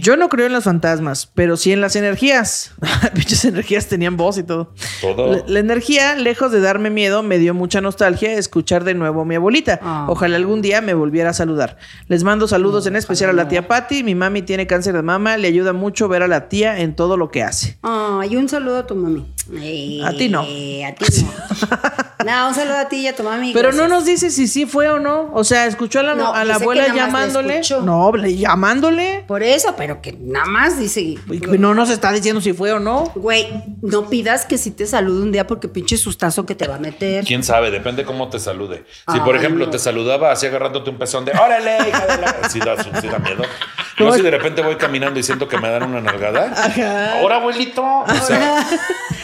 [SPEAKER 1] Yo no creo en los fantasmas, pero sí en las energías. [laughs] Pinches energías tenían voz y todo.
[SPEAKER 2] Todo.
[SPEAKER 1] La, la energía, lejos de darme miedo, me dio mucha nostalgia escuchar de nuevo a mi abuelita.
[SPEAKER 3] Ah. Mm,
[SPEAKER 1] Ojalá algún día me volviera a saludar. Les mando saludos en especial a la tía Patty. Mi mami tiene cáncer de mama, le ayuda mucho ver a la tía en todo lo que hace.
[SPEAKER 3] Ay, un saludo a tu mami. Eh,
[SPEAKER 1] A ti no.
[SPEAKER 3] A ti no.
[SPEAKER 1] [laughs]
[SPEAKER 3] No, un saludo a ti y a tu mami.
[SPEAKER 1] Pero
[SPEAKER 3] gracias.
[SPEAKER 1] no nos dice si sí fue o no. O sea, escuchó a la,
[SPEAKER 3] No,
[SPEAKER 1] a la
[SPEAKER 3] dice que
[SPEAKER 1] abuela
[SPEAKER 3] nada más la
[SPEAKER 1] llamándole.
[SPEAKER 3] escuchó.
[SPEAKER 1] No, le- llamándole.
[SPEAKER 3] Por eso, pero que nada más dice.
[SPEAKER 1] Y que no nos está diciendo si fue o no.
[SPEAKER 3] [laughs] Güey, no pidas que sí te salude un día porque pinche sustazo que te va a meter.
[SPEAKER 2] Quién sabe, depende cómo te salude. Si, por
[SPEAKER 3] Ay,
[SPEAKER 2] ejemplo,
[SPEAKER 3] no.
[SPEAKER 2] te saludaba así agarrándote un pezón de órale, hija de la. Sí da, sí da miedo. Yo,
[SPEAKER 1] No,
[SPEAKER 2] si
[SPEAKER 1] es-
[SPEAKER 2] de repente voy caminando y siento que me dan una nalgada.
[SPEAKER 1] Ajá.
[SPEAKER 2] Ahora, abuelito. O sea,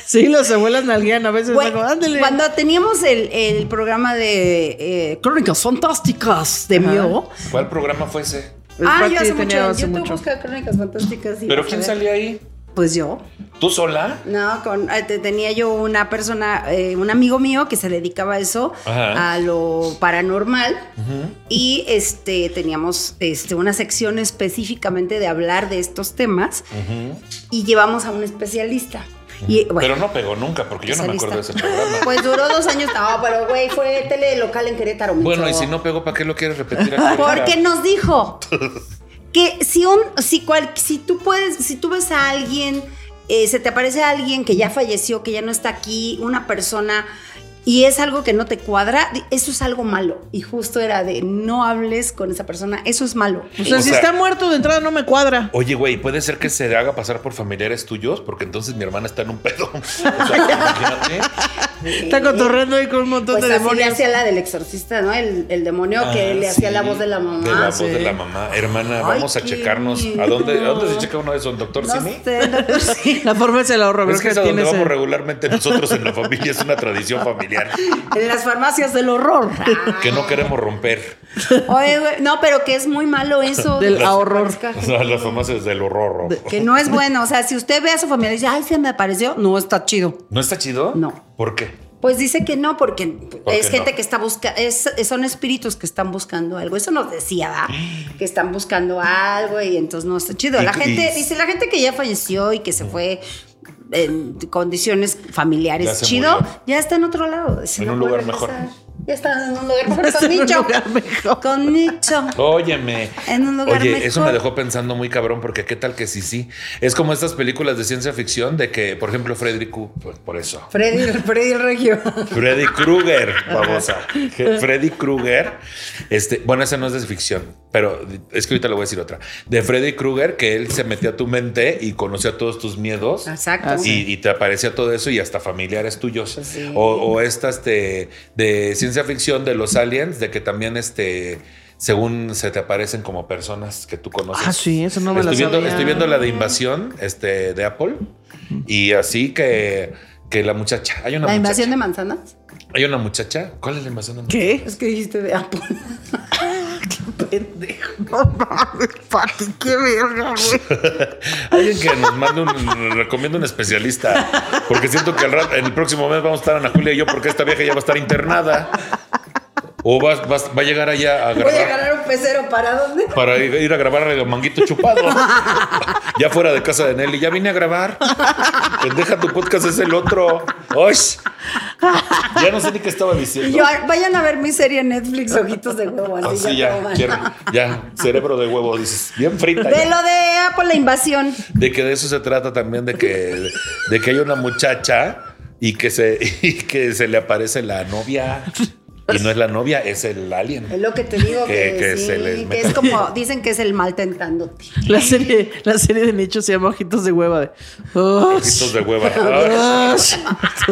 [SPEAKER 1] Sí, las abuelas nalguean a veces.
[SPEAKER 3] Güey,
[SPEAKER 1] digo, Pues, ándele.
[SPEAKER 3] cuando teníamos el, el programa de eh, Crónicas Fantásticas de
[SPEAKER 1] Ajá.
[SPEAKER 3] Mio.
[SPEAKER 2] ¿Cuál programa fue ese?
[SPEAKER 1] El
[SPEAKER 3] Ah,
[SPEAKER 1] Pati
[SPEAKER 3] yo hace mucho.
[SPEAKER 1] tenía
[SPEAKER 3] Yo
[SPEAKER 1] hace
[SPEAKER 3] te
[SPEAKER 1] mucho.
[SPEAKER 3] busca Crónicas Fantásticas. y
[SPEAKER 2] ¿Pero
[SPEAKER 3] vas a
[SPEAKER 2] quién
[SPEAKER 3] ver.
[SPEAKER 2] salía ahí?
[SPEAKER 3] Pues yo.
[SPEAKER 2] ¿Tú sola?
[SPEAKER 3] No, con, eh, te- tenía yo una persona, eh, un amigo mío que se dedicaba a eso,
[SPEAKER 2] Ajá.
[SPEAKER 3] a lo paranormal. Y este teníamos este, una sección específicamente de hablar de estos temas y llevamos a un especialista. Y, bueno,
[SPEAKER 2] Pero no pegó nunca, porque yo no me acuerdo de ese
[SPEAKER 3] especialista.
[SPEAKER 2] programa.
[SPEAKER 3] Pues duró dos años. No, pero güey, fue tele local en Querétaro.
[SPEAKER 2] Bueno, y
[SPEAKER 3] micho.
[SPEAKER 2] si no pegó, ¿para qué lo quieres repetir aquí?
[SPEAKER 3] Porque
[SPEAKER 1] [laughs]
[SPEAKER 3] nos dijo que si un, si cual, si tú puedes, si tú ves a alguien, eh, se te aparece alguien que ya falleció, que ya no está aquí, una persona y es algo que no te cuadra, di- eso es algo malo. Y justo era de no hables con esa persona, eso es malo.
[SPEAKER 1] O sea,
[SPEAKER 2] O
[SPEAKER 1] si
[SPEAKER 2] sea-
[SPEAKER 1] está muerto de entrada no me cuadra.
[SPEAKER 2] Oye, güey, puede ser que se haga pasar por familiares tuyos, porque entonces mi hermana está en un pedo. [laughs] O
[SPEAKER 3] [laughs]
[SPEAKER 2] sea, imagínate.
[SPEAKER 1] Está cotorreando ahí con un montón
[SPEAKER 3] Pues
[SPEAKER 1] de
[SPEAKER 3] así le
[SPEAKER 1] demonios.
[SPEAKER 3] hacía la del exorcista, ¿no? El, el demonio
[SPEAKER 2] Ah,
[SPEAKER 3] que le hacía
[SPEAKER 2] sí,
[SPEAKER 3] la voz de la mamá.
[SPEAKER 2] De la
[SPEAKER 1] sí.
[SPEAKER 2] voz de la mamá. Hermana,
[SPEAKER 3] Ay,
[SPEAKER 2] vamos a
[SPEAKER 3] qué
[SPEAKER 2] checarnos. ¿A
[SPEAKER 3] miedo.
[SPEAKER 2] dónde, ¿A dónde se checa uno de esos? ¿Doctor
[SPEAKER 3] No
[SPEAKER 2] Simi?
[SPEAKER 3] sé,
[SPEAKER 1] [laughs]
[SPEAKER 3] doctor Simi.
[SPEAKER 1] La forma se la ahorro,
[SPEAKER 2] Es que es a donde
[SPEAKER 1] tiene
[SPEAKER 2] vamos
[SPEAKER 1] ese-
[SPEAKER 2] regularmente nosotros en la familia. Es una tradición familiar
[SPEAKER 3] En las farmacias del horror.
[SPEAKER 1] [laughs] Este
[SPEAKER 2] que no queremos romper.
[SPEAKER 3] Oye, güey, no, pero que es muy malo eso.
[SPEAKER 1] Del
[SPEAKER 3] de que se
[SPEAKER 1] horror. [laughs]
[SPEAKER 3] aparezca.
[SPEAKER 2] O sea, las farmacias del horror.
[SPEAKER 3] Que no es bueno. O sea, si usted ve a su familia y dice, ay, se me apareció, no está chido.
[SPEAKER 2] ¿No está chido?
[SPEAKER 3] No.
[SPEAKER 2] ¿Por qué?
[SPEAKER 3] Pues dice que no, porque es
[SPEAKER 2] qué
[SPEAKER 3] gente
[SPEAKER 2] no?
[SPEAKER 3] que está buscando, son espíritus que están buscando algo. Eso nos decía, ¿va? Que están buscando algo y entonces no está chido.
[SPEAKER 2] Y-
[SPEAKER 3] La gente,
[SPEAKER 2] y-
[SPEAKER 3] dice, la gente que ya falleció y que se fue en condiciones
[SPEAKER 2] Ya
[SPEAKER 3] familiares
[SPEAKER 2] se
[SPEAKER 3] chido,
[SPEAKER 2] murió.
[SPEAKER 3] ya está en otro lado. Dice,
[SPEAKER 2] En
[SPEAKER 3] "No
[SPEAKER 2] un lugar
[SPEAKER 3] puedo
[SPEAKER 2] mejor".
[SPEAKER 3] regresar. Ya está en un
[SPEAKER 1] [laughs]
[SPEAKER 3] lugar mejor,
[SPEAKER 1] Está
[SPEAKER 3] con
[SPEAKER 1] en un
[SPEAKER 3] nicho.
[SPEAKER 1] lugar mejor.
[SPEAKER 3] Con nicho.
[SPEAKER 2] Óyeme.
[SPEAKER 3] En un lugar
[SPEAKER 2] Oye,
[SPEAKER 3] mejor.
[SPEAKER 2] eso me dejó pensando muy cabrón, porque qué tal que sí, sí. Es como estas películas de ciencia ficción de que, por ejemplo, Frederick, Ku- por- por eso,
[SPEAKER 3] Freddy, Freddy Regio.
[SPEAKER 1] [laughs]
[SPEAKER 2] Freddy Krueger, babosa. Que Freddy Krueger, este, bueno, esa no es de ficción, pero es que ahorita le voy a decir otra. De Freddy Krueger, que él se metió a tu mente y conocía todos tus miedos.
[SPEAKER 3] Exacto.
[SPEAKER 1] Ah,
[SPEAKER 2] Y, y te aparecía todo eso y hasta familiares tuyos.
[SPEAKER 3] Pues sí.
[SPEAKER 2] O, o estas de, de ciencia ficción de los aliens, de que también este, según se te aparecen como personas que tú conoces.
[SPEAKER 1] Ah, sí, eso no me lo
[SPEAKER 2] estoy viendo,
[SPEAKER 1] sabía.
[SPEAKER 2] Estoy viendo la de invasión este, de Apple y así que, que la muchacha, hay una
[SPEAKER 3] ¿La
[SPEAKER 2] muchacha-
[SPEAKER 3] invasión de manzanas?
[SPEAKER 2] hay una muchacha. ¿Cuál es la invasión de muchacha?
[SPEAKER 1] ¿Qué?
[SPEAKER 3] Es que dijiste de Apple.
[SPEAKER 1] Pendejo. No mames, Pati, qué verga, güey.
[SPEAKER 2] Alguien que nos mande un recomienda un especialista. Porque siento que al rato- en el próximo mes vamos a estar Ana Julia y yo, porque esta vieja ya va a estar internada. O va, va- va a llegar allá a
[SPEAKER 3] [laughs] Voy a
[SPEAKER 2] grabar
[SPEAKER 3] ganar un pecero para dónde.
[SPEAKER 2] para ir ir a grabar el manguito chupado. Ya fuera de casa de Nelly. Ya vine a grabar. Deja tu podcast, es el otro. ¡Ay! Ya no sé ni qué estaba
[SPEAKER 3] Y
[SPEAKER 2] diciendo.
[SPEAKER 3] yo, vayan a ver mi serie en Netflix, Ojitos de Huevo. así
[SPEAKER 2] Así
[SPEAKER 3] ya
[SPEAKER 2] Ah, ya,
[SPEAKER 3] toman.
[SPEAKER 2] quiero- ya, cerebro de huevo, dices, bien frita. ya.
[SPEAKER 3] De lo de Apple, la invasión.
[SPEAKER 2] de que de eso se trata también de que de que hay una muchacha y que se [laughs] y que se le aparece la novia y no es la novia es el
[SPEAKER 3] Es
[SPEAKER 2] alien
[SPEAKER 3] lo que te digo
[SPEAKER 2] Que-
[SPEAKER 3] que,
[SPEAKER 2] que
[SPEAKER 3] sí,
[SPEAKER 2] se les
[SPEAKER 3] que
[SPEAKER 2] meta-
[SPEAKER 3] es como, dicen que es el mal tentándote.
[SPEAKER 1] La serie, la serie de nicho se llama Ojitos de hueva. De... Oh,
[SPEAKER 2] ojitos de hueva
[SPEAKER 1] oh,
[SPEAKER 2] Ay,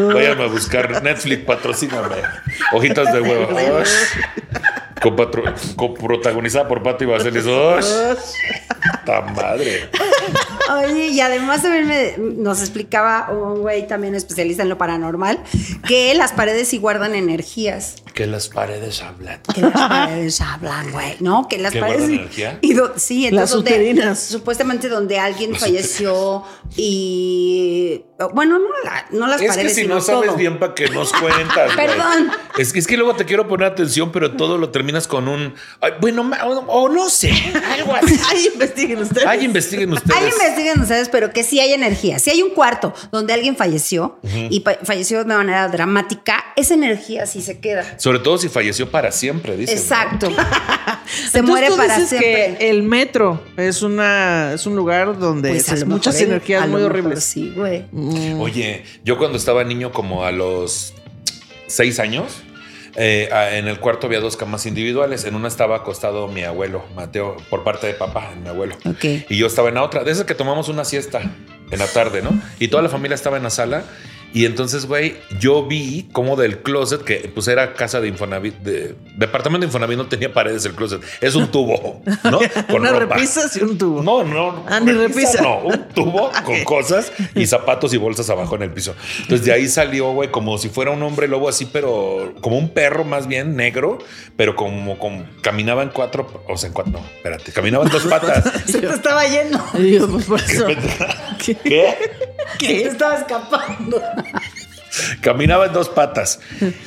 [SPEAKER 1] oh.
[SPEAKER 2] váyanme a buscar Netflix patrocíname ojitos de hueva Ay. Con patro- con- protagonizada por Pato Ibacelis ¡Ay, ta madre
[SPEAKER 3] Oye, y además también me- nos explicaba un güey también especialista en lo paranormal, que las paredes sí guardan energías.
[SPEAKER 2] que las paredes hablan
[SPEAKER 3] Que las paredes hablan, güey. No, que las
[SPEAKER 2] ¿Que
[SPEAKER 3] paredes.
[SPEAKER 2] guardan energía?
[SPEAKER 3] Y do- sí, entonces.
[SPEAKER 1] Las
[SPEAKER 3] donde-
[SPEAKER 1] uterinas.
[SPEAKER 3] Supuestamente donde alguien falleció y. Bueno, no, la- no las
[SPEAKER 2] Es que
[SPEAKER 3] paredes,
[SPEAKER 2] si
[SPEAKER 3] sino
[SPEAKER 2] no sabes
[SPEAKER 3] todo.
[SPEAKER 2] bien, ¿para qué nos
[SPEAKER 3] [laughs]
[SPEAKER 2] cuentas? güey?
[SPEAKER 3] Perdón.
[SPEAKER 2] Es que, es que luego te quiero poner atención, pero todo lo terminas con un. "Ay, bueno, ma- o, o no sé. [laughs] Algo así.
[SPEAKER 1] Ay, investiguen ustedes.
[SPEAKER 2] Ay, investiguen ustedes.
[SPEAKER 3] Ahí investiguen ustedes, pero que sí hay energía. Si hay un cuarto donde alguien falleció y pa- falleció de una manera dramática, esa energía sí se queda.
[SPEAKER 2] Sobre todo si falleció para siempre, dicen. ¿no? [laughs]
[SPEAKER 3] Exacto. se
[SPEAKER 1] Entonces,
[SPEAKER 3] muere
[SPEAKER 1] tú
[SPEAKER 3] para
[SPEAKER 1] dices
[SPEAKER 3] siempre.
[SPEAKER 1] que el metro es una es un lugar donde
[SPEAKER 3] Pues, a
[SPEAKER 1] esas
[SPEAKER 3] lo
[SPEAKER 1] muchas
[SPEAKER 3] mejor él- a
[SPEAKER 1] energías
[SPEAKER 3] lo
[SPEAKER 1] muy
[SPEAKER 3] mejor
[SPEAKER 1] horribles.
[SPEAKER 3] Sí, güey.
[SPEAKER 2] Oye, yo cuando estaba niño, como a los seis años. Eh, ah, en el cuarto había dos camas individuales. En una estaba acostado mi abuelo, Mateo, por parte de papá, mi abuelo.
[SPEAKER 1] [laughs]
[SPEAKER 3] Ok.
[SPEAKER 2] Y yo estaba en la otra. De esas que tomamos una siesta en la tarde, ¿no? Y toda la familia estaba en la sala. Y entonces, güey, yo vi como del closet, que pues era casa de Infonavit, de, departamento de Infonavit, no tenía paredes el closet. Es un tubo, ¿no?
[SPEAKER 1] [laughs]
[SPEAKER 2] Con
[SPEAKER 1] Una
[SPEAKER 2] ropa.
[SPEAKER 1] repisa y un tubo.
[SPEAKER 2] No, no.
[SPEAKER 1] Ah, ni repisa.
[SPEAKER 2] No, un
[SPEAKER 1] [laughs]
[SPEAKER 2] tubo con cosas y zapatos y bolsas abajo en el piso. Entonces de ahí salió, güey, como si fuera un hombre lobo así, pero como un perro más bien negro, pero como, como caminaba en cuatro, o sea, en cuatro, no, espérate, caminaba en
[SPEAKER 1] [laughs]
[SPEAKER 2] dos patas.
[SPEAKER 3] Se te estaba yendo.
[SPEAKER 1] Y yo, pues,
[SPEAKER 2] [laughs]
[SPEAKER 1] por eso. [laughs] ¿Qué?
[SPEAKER 2] ¿Qué?
[SPEAKER 3] Se te estaba escapando.
[SPEAKER 2] Caminaba en dos patas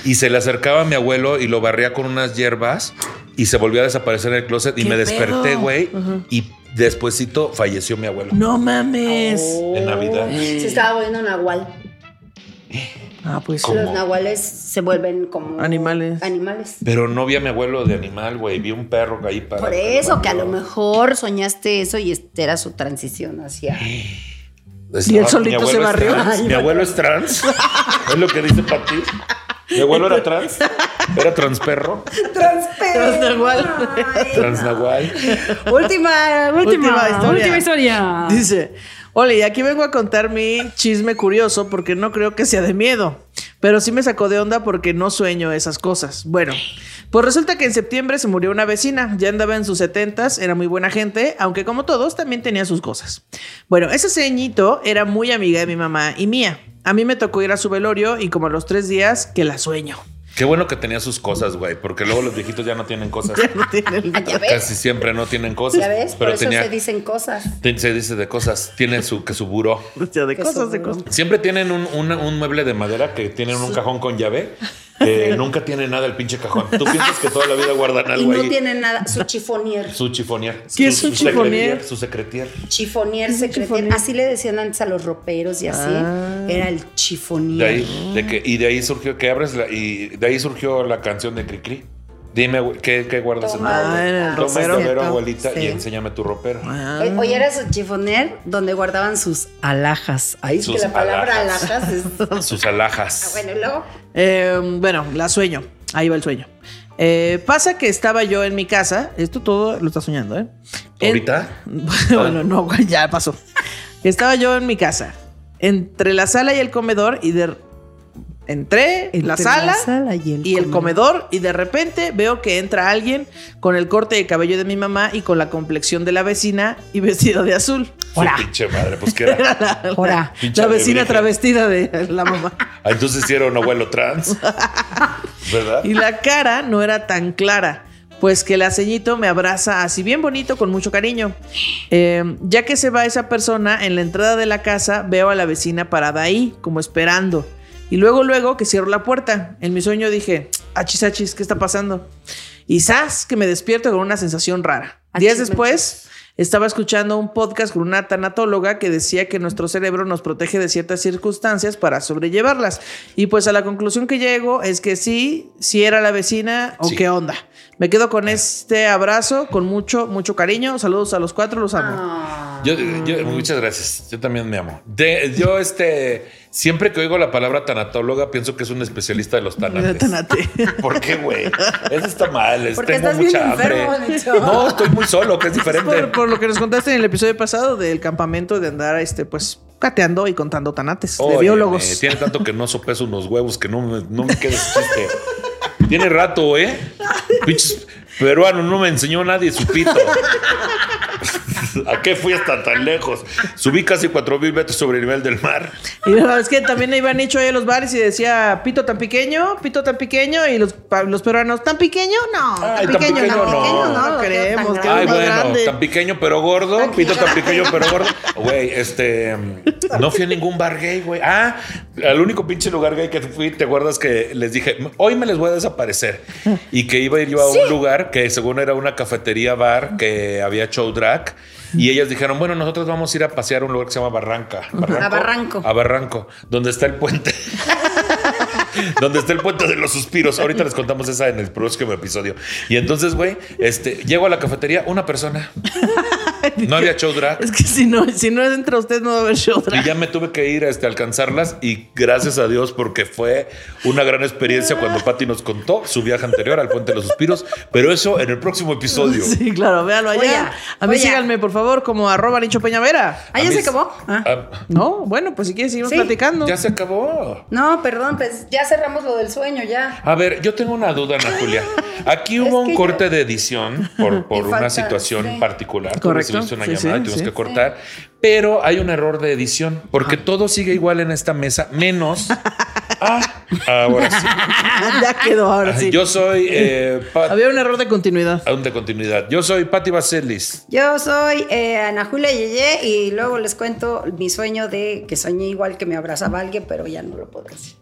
[SPEAKER 2] y se le acercaba a mi abuelo y lo barría con unas hierbas y se volvió a desaparecer en el closet y
[SPEAKER 1] ¿Qué
[SPEAKER 2] me desperté,
[SPEAKER 1] pedo?
[SPEAKER 2] güey,
[SPEAKER 1] Ajá.
[SPEAKER 2] y despuesito falleció mi abuelo.
[SPEAKER 1] No mames.
[SPEAKER 3] Oh.
[SPEAKER 2] En Navidad.
[SPEAKER 3] Se estaba volviendo nahual.
[SPEAKER 1] Ah, pues.
[SPEAKER 2] ¿Cómo?
[SPEAKER 3] Los nahuales se vuelven como
[SPEAKER 1] Animales.
[SPEAKER 3] Animales.
[SPEAKER 2] Pero no vi a mi abuelo de animal, güey. Vi un perro ahí para.
[SPEAKER 3] Por eso que a lo mejor soñaste eso y este era su transición hacia.
[SPEAKER 2] Estaba-
[SPEAKER 1] Y él solito
[SPEAKER 2] mi abuelo
[SPEAKER 1] se
[SPEAKER 2] es
[SPEAKER 1] barrió.
[SPEAKER 2] trans.
[SPEAKER 1] Ay,
[SPEAKER 2] Mi abuelo es trans. Es lo que dice Pati. Mi abuelo era trans. Era transperro.
[SPEAKER 1] Transnahual.
[SPEAKER 2] Transnahual.
[SPEAKER 3] Última,
[SPEAKER 1] Última
[SPEAKER 3] última,
[SPEAKER 1] historia.
[SPEAKER 3] última historia.
[SPEAKER 1] Dice, Ole, y aquí vengo a contar mi chisme curioso porque no creo que sea de miedo, pero sí me sacó de onda porque no sueño esas cosas. Bueno, pues resulta que en septiembre se murió una vecina, ya andaba en sus setentas, era muy buena gente, aunque como todos también tenía sus cosas. Bueno, ese ceñito era muy amiga de mi mamá y mía. A mí me tocó ir a su velorio y como a los tres días que la sueño. [laughs]
[SPEAKER 2] Qué bueno que tenía sus cosas, güey. Porque luego los viejitos ya no tienen cosas.
[SPEAKER 1] Ya no
[SPEAKER 3] [laughs]
[SPEAKER 1] tiene el-
[SPEAKER 3] ¿Ya ves?
[SPEAKER 2] Casi siempre no tienen cosas.
[SPEAKER 3] ¿Ya ves? Por
[SPEAKER 2] Pero
[SPEAKER 3] eso
[SPEAKER 2] tenía.
[SPEAKER 3] se dicen cosas.
[SPEAKER 2] ten- se dice de cosas. Tienen su, que su buró.
[SPEAKER 1] ya de
[SPEAKER 3] Qué
[SPEAKER 1] cosas, de cosas.
[SPEAKER 3] sobrino.
[SPEAKER 2] Siempre tienen un, un- un mueble de madera que tienen un cajón con llave.
[SPEAKER 3] [laughs]
[SPEAKER 2] que nunca tiene nada el pinche cajón. Tú piensas que toda la vida guardan
[SPEAKER 3] Y
[SPEAKER 2] algo
[SPEAKER 3] no
[SPEAKER 2] ahí.
[SPEAKER 3] tienen nada. Su chifonier.
[SPEAKER 2] [laughs] Su chifonier.
[SPEAKER 1] ¿Qué es
[SPEAKER 2] Su-
[SPEAKER 1] un
[SPEAKER 2] su secretier,
[SPEAKER 1] chifonier?
[SPEAKER 2] Su secretier.
[SPEAKER 3] Chifonier,
[SPEAKER 1] ¿Qué es un
[SPEAKER 3] secretier.
[SPEAKER 1] chifonier?
[SPEAKER 3] Así le decían antes a los roperos y así.
[SPEAKER 1] Ah.
[SPEAKER 3] Era el chifonier.
[SPEAKER 2] De ahí, de que, y de ahí surgió que abres la- y de ahí surgió la canción de Cricri. Dime güey, qué, qué guardas
[SPEAKER 3] Toma
[SPEAKER 2] en tu
[SPEAKER 1] Ah, en el
[SPEAKER 2] Toma el
[SPEAKER 1] ropero.
[SPEAKER 2] ropero, abuelita,
[SPEAKER 3] Sí.
[SPEAKER 2] y enséñame tu ropero.
[SPEAKER 1] Ah.
[SPEAKER 3] Oye, era su chifonier donde guardaban sus alhajas. Ahí es
[SPEAKER 2] Sus
[SPEAKER 3] que la palabra
[SPEAKER 2] alhajas.
[SPEAKER 3] alhajas, es.
[SPEAKER 2] Sus
[SPEAKER 3] Ah,
[SPEAKER 2] alhajas.
[SPEAKER 3] bueno, y luego.
[SPEAKER 1] Eh, bueno, la sueño. Ahí va el sueño. Eh, pasa que estaba yo en mi casa. Esto todo lo está soñando, ¿eh? En-
[SPEAKER 2] ¿Ahorita?
[SPEAKER 1] [laughs] bueno, no, güey, ya pasó. Estaba yo en mi casa. Entre la sala y el comedor y de... Entré, la
[SPEAKER 3] Entre
[SPEAKER 1] sala,
[SPEAKER 3] y el
[SPEAKER 1] y el comedor y de repente veo que entra alguien con el corte de cabello de mi mamá y con la complexión de la vecina y vestido de azul. [laughs]
[SPEAKER 2] Su pinche madre, pues
[SPEAKER 3] [laughs]
[SPEAKER 2] que era.
[SPEAKER 1] Era la, la-
[SPEAKER 3] Ahora.
[SPEAKER 2] Pinche
[SPEAKER 1] la vecina
[SPEAKER 2] alebrije.
[SPEAKER 1] travestida de la mamá.
[SPEAKER 2] Ah, Entonces sí era un abuelo trans. ¿Verdad?
[SPEAKER 1] Y la cara no era tan clara, pues que el aceñito me abraza así bien bonito con mucho cariño. Eh, ya que se va esa persona, en la entrada de la casa veo a la vecina parada ahí, como esperando. Y luego, luego que cierro la puerta. En mi sueño dije, achis, achis, ¿qué está pasando? Y zas, que me despierto con una sensación rara.
[SPEAKER 3] Achis,
[SPEAKER 1] Días después, estaba escuchando un podcast con una tanatóloga que decía que nuestro cerebro nos protege de ciertas circunstancias para sobrellevarlas. Y pues a la conclusión que llego es que sí, si era la vecina o
[SPEAKER 2] Sí.
[SPEAKER 1] qué onda. Me quedo con este abrazo, con mucho, mucho cariño. Saludos a los cuatro, los amo.
[SPEAKER 3] Ah.
[SPEAKER 2] Yo, yo- muchas gracias. Yo también me amo. De- yo, este, siempre que oigo la palabra tanatóloga, pienso que es un especialista de los tanates.
[SPEAKER 1] Tanate.
[SPEAKER 2] ¿Por qué, güey? Eso está mal. es-
[SPEAKER 3] Porque
[SPEAKER 2] Tengo
[SPEAKER 3] estás
[SPEAKER 2] mucha
[SPEAKER 3] bien
[SPEAKER 2] hambre.
[SPEAKER 3] enfermo, Nicho.
[SPEAKER 2] No, estoy muy solo, que es diferente.
[SPEAKER 1] por, por lo que nos contaste en el episodio pasado del campamento de andar, este, pues, cateando y contando tanates Pues, de
[SPEAKER 2] Óyeme,
[SPEAKER 1] biólogos.
[SPEAKER 2] Tiene tanto que no sopes unos huevos que no me, no me quedes chiste. Tiene rato, ¿eh? Pinches peruano, no me enseñó nadie su pito. ¿A qué fui hasta tan lejos? Subí casi 4000 metros sobre el nivel del mar.
[SPEAKER 1] Y no, es que también iban hecho ahí a los bares y decía pito tan pequeño, pito tan pequeño y los, pa- los peruanos tan pequeño, no, tan,
[SPEAKER 2] Ay, tan
[SPEAKER 1] pequeño,
[SPEAKER 2] pequeño,
[SPEAKER 1] no,
[SPEAKER 2] no.
[SPEAKER 1] no,
[SPEAKER 3] No,
[SPEAKER 1] creemos
[SPEAKER 3] tan
[SPEAKER 1] que
[SPEAKER 2] Ay,
[SPEAKER 1] es más
[SPEAKER 2] bueno,
[SPEAKER 1] grande.
[SPEAKER 2] tan pequeño pero gordo, pito tan pequeño pero gordo. Güey, este, mm, no fui a ningún bar gay, güey. Ah, al único pinche lugar gay que fui, ¿te acuerdas que les dije, hoy me les voy a desaparecer? Y que iba a ir yo a un lugar que según era una cafetería bar que había show drag. Y ellas dijeron, bueno, nosotros vamos a ir a pasear a un lugar que se llama Barranca.
[SPEAKER 3] A Barranco.
[SPEAKER 2] A Barranco, donde está el puente. donde está el puente de los suspiros. Ahorita les contamos esa en el próximo episodio. Y entonces, güey, este, llego a la cafetería, una persona. No había show drag.
[SPEAKER 1] Es que si no, si no es entre ustedes, no va a haber show drag.
[SPEAKER 2] Y ya me tuve que ir a este, alcanzarlas y gracias a Dios porque fue una gran experiencia cuando Patti nos contó su viaje anterior al Puente de los Suspiros, pero eso en el próximo
[SPEAKER 1] [laughs]
[SPEAKER 2] episodio.
[SPEAKER 1] Sí, claro, véalo allá.
[SPEAKER 3] Oye,
[SPEAKER 1] a mí
[SPEAKER 3] oye.
[SPEAKER 1] síganme, por favor, como arroba Nicho Peñavera.
[SPEAKER 3] Ah, ya
[SPEAKER 2] A
[SPEAKER 3] se
[SPEAKER 2] mis-
[SPEAKER 3] acabó. Ah.
[SPEAKER 2] Ah,
[SPEAKER 1] No, bueno, pues si quieres seguimos
[SPEAKER 3] Sí,
[SPEAKER 1] platicando.
[SPEAKER 2] ya se acabó.
[SPEAKER 3] No, perdón, pues ya cerramos lo del sueño, ya.
[SPEAKER 2] A ver, yo tengo una duda, Ana Julia. Aquí
[SPEAKER 3] Es
[SPEAKER 2] hubo un
[SPEAKER 3] que yo-
[SPEAKER 2] corte de edición por, por
[SPEAKER 3] [laughs] Y falta,
[SPEAKER 2] una situación
[SPEAKER 3] sí.
[SPEAKER 2] particular. Tú
[SPEAKER 1] Correcto,
[SPEAKER 2] recibiste una
[SPEAKER 1] sí,
[SPEAKER 2] llamada
[SPEAKER 1] sí,
[SPEAKER 2] y tuvimos
[SPEAKER 1] sí.
[SPEAKER 2] que cortar. Pero hay un error de edición porque
[SPEAKER 3] Ah.
[SPEAKER 2] todo sigue igual en esta mesa,
[SPEAKER 3] [laughs]
[SPEAKER 2] menos. Ah, ahora sí.
[SPEAKER 1] [laughs] ya quedó [laughs] ahora sí.
[SPEAKER 2] Yo soy.
[SPEAKER 1] [laughs]
[SPEAKER 2] eh, Pat-
[SPEAKER 1] Había un error de continuidad.
[SPEAKER 2] Aún de continuidad. Yo soy Patti Vaselis.
[SPEAKER 3] Yo soy eh, Ana Julia Yeye y luego les cuento mi sueño de que soñé igual que me abrazaba alguien, pero ya no lo puedo decir.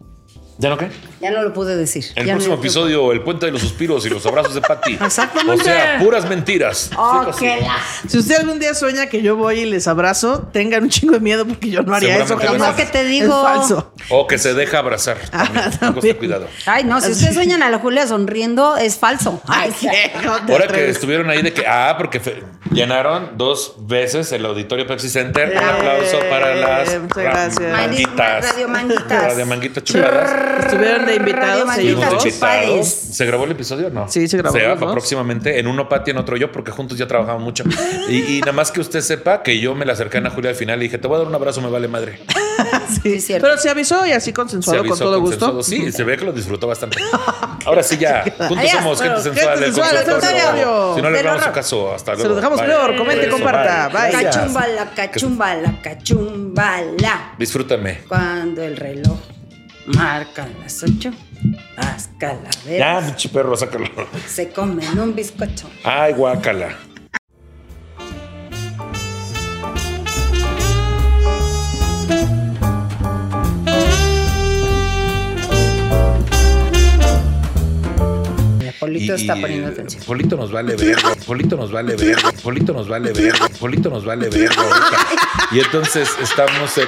[SPEAKER 2] ¿Ya no qué?
[SPEAKER 3] Ya no lo pude decir.
[SPEAKER 2] El
[SPEAKER 3] Ya no
[SPEAKER 2] próximo
[SPEAKER 3] lo-
[SPEAKER 2] episodio, el puente de los suspiros y los abrazos de
[SPEAKER 3] [laughs]
[SPEAKER 2] Patti.
[SPEAKER 1] Exactamente.
[SPEAKER 2] O sea, puras mentiras. Sí,
[SPEAKER 3] Oh,
[SPEAKER 2] pues,
[SPEAKER 3] qué
[SPEAKER 2] sí.
[SPEAKER 3] la-
[SPEAKER 1] Si usted algún día sueña que yo voy y les abrazo, tengan un chingo de miedo porque yo no haría eso
[SPEAKER 2] Seguramente
[SPEAKER 1] jamás.
[SPEAKER 2] va a ser.
[SPEAKER 3] Lo que te digo.
[SPEAKER 1] Es falso.
[SPEAKER 2] O que se deja abrazar.
[SPEAKER 3] Ah,
[SPEAKER 2] También. Costa
[SPEAKER 1] también.
[SPEAKER 2] cuidado.
[SPEAKER 3] Ay, no, si ustedes sueñan a la Julia sonriendo, es falso.
[SPEAKER 1] [laughs]
[SPEAKER 3] Ay,
[SPEAKER 1] ¿qué? No te
[SPEAKER 2] Ahora que
[SPEAKER 1] atreves.
[SPEAKER 2] estuvieron ahí de que, ah, porque fe- llenaron dos veces el auditorio Pepsi Center. Un
[SPEAKER 1] Eh,
[SPEAKER 2] aplauso para las
[SPEAKER 1] muchas
[SPEAKER 2] ra-
[SPEAKER 1] gracias.
[SPEAKER 2] manguitas.
[SPEAKER 3] Radio manguitas.
[SPEAKER 2] Radio manguitas chupadas.
[SPEAKER 1] Estuvieron de invitados
[SPEAKER 3] Radio
[SPEAKER 1] ellos
[SPEAKER 3] Manguitas
[SPEAKER 1] dos.
[SPEAKER 3] chupadas.
[SPEAKER 2] Invitados. ¿Se grabó el episodio o no?
[SPEAKER 1] Sí, se grabó
[SPEAKER 2] Se
[SPEAKER 1] los dos.
[SPEAKER 2] graba próximamente en uno Pati, en otro yo, porque juntos ya trabajamos mucho. Y, y nada más que usted sepa que yo me la acerqué a Ana Julia al final y dije, te voy a dar un abrazo, me vale madre.
[SPEAKER 3] Sí, es cierto.
[SPEAKER 1] Pero se avisó y así
[SPEAKER 2] Se
[SPEAKER 1] consensuado
[SPEAKER 2] avisó
[SPEAKER 1] con todo gusto.
[SPEAKER 2] consensuado. Sí, se ve que lo
[SPEAKER 1] [laughs]
[SPEAKER 2] disfrutó bastante. Ahora sí, ya. Juntos
[SPEAKER 3] Adiós,
[SPEAKER 2] somos gente
[SPEAKER 3] bueno,
[SPEAKER 2] sensual.
[SPEAKER 1] gente
[SPEAKER 2] del
[SPEAKER 1] sensual, del
[SPEAKER 2] consultorio.
[SPEAKER 1] consultorio.
[SPEAKER 2] Si no le
[SPEAKER 3] Del
[SPEAKER 2] hablamos su
[SPEAKER 3] horror.
[SPEAKER 2] caso, hasta luego.
[SPEAKER 1] lo dejamos
[SPEAKER 2] Bye.
[SPEAKER 1] peor. Comente,
[SPEAKER 2] Eso,
[SPEAKER 1] comparta.
[SPEAKER 2] bye.
[SPEAKER 1] Bye.
[SPEAKER 2] Gracias.
[SPEAKER 3] Cachumbala, cachumbala, cachumbala.
[SPEAKER 2] Disfrútame.
[SPEAKER 3] Cuando el reloj marca las ocho, las
[SPEAKER 2] Ya,
[SPEAKER 3] calaveras
[SPEAKER 2] Ah, pinche perro, sácalo.
[SPEAKER 3] se comen un bizcocho.
[SPEAKER 2] Ay, guácala.
[SPEAKER 3] Mira, Polito está poniendo atención.
[SPEAKER 2] Polito nos vale verga. Polito nos vale verga. Polito nos vale verga. Polito nos vale verga.
[SPEAKER 1] [laughs]
[SPEAKER 2] ahorita. Y entonces estamos en.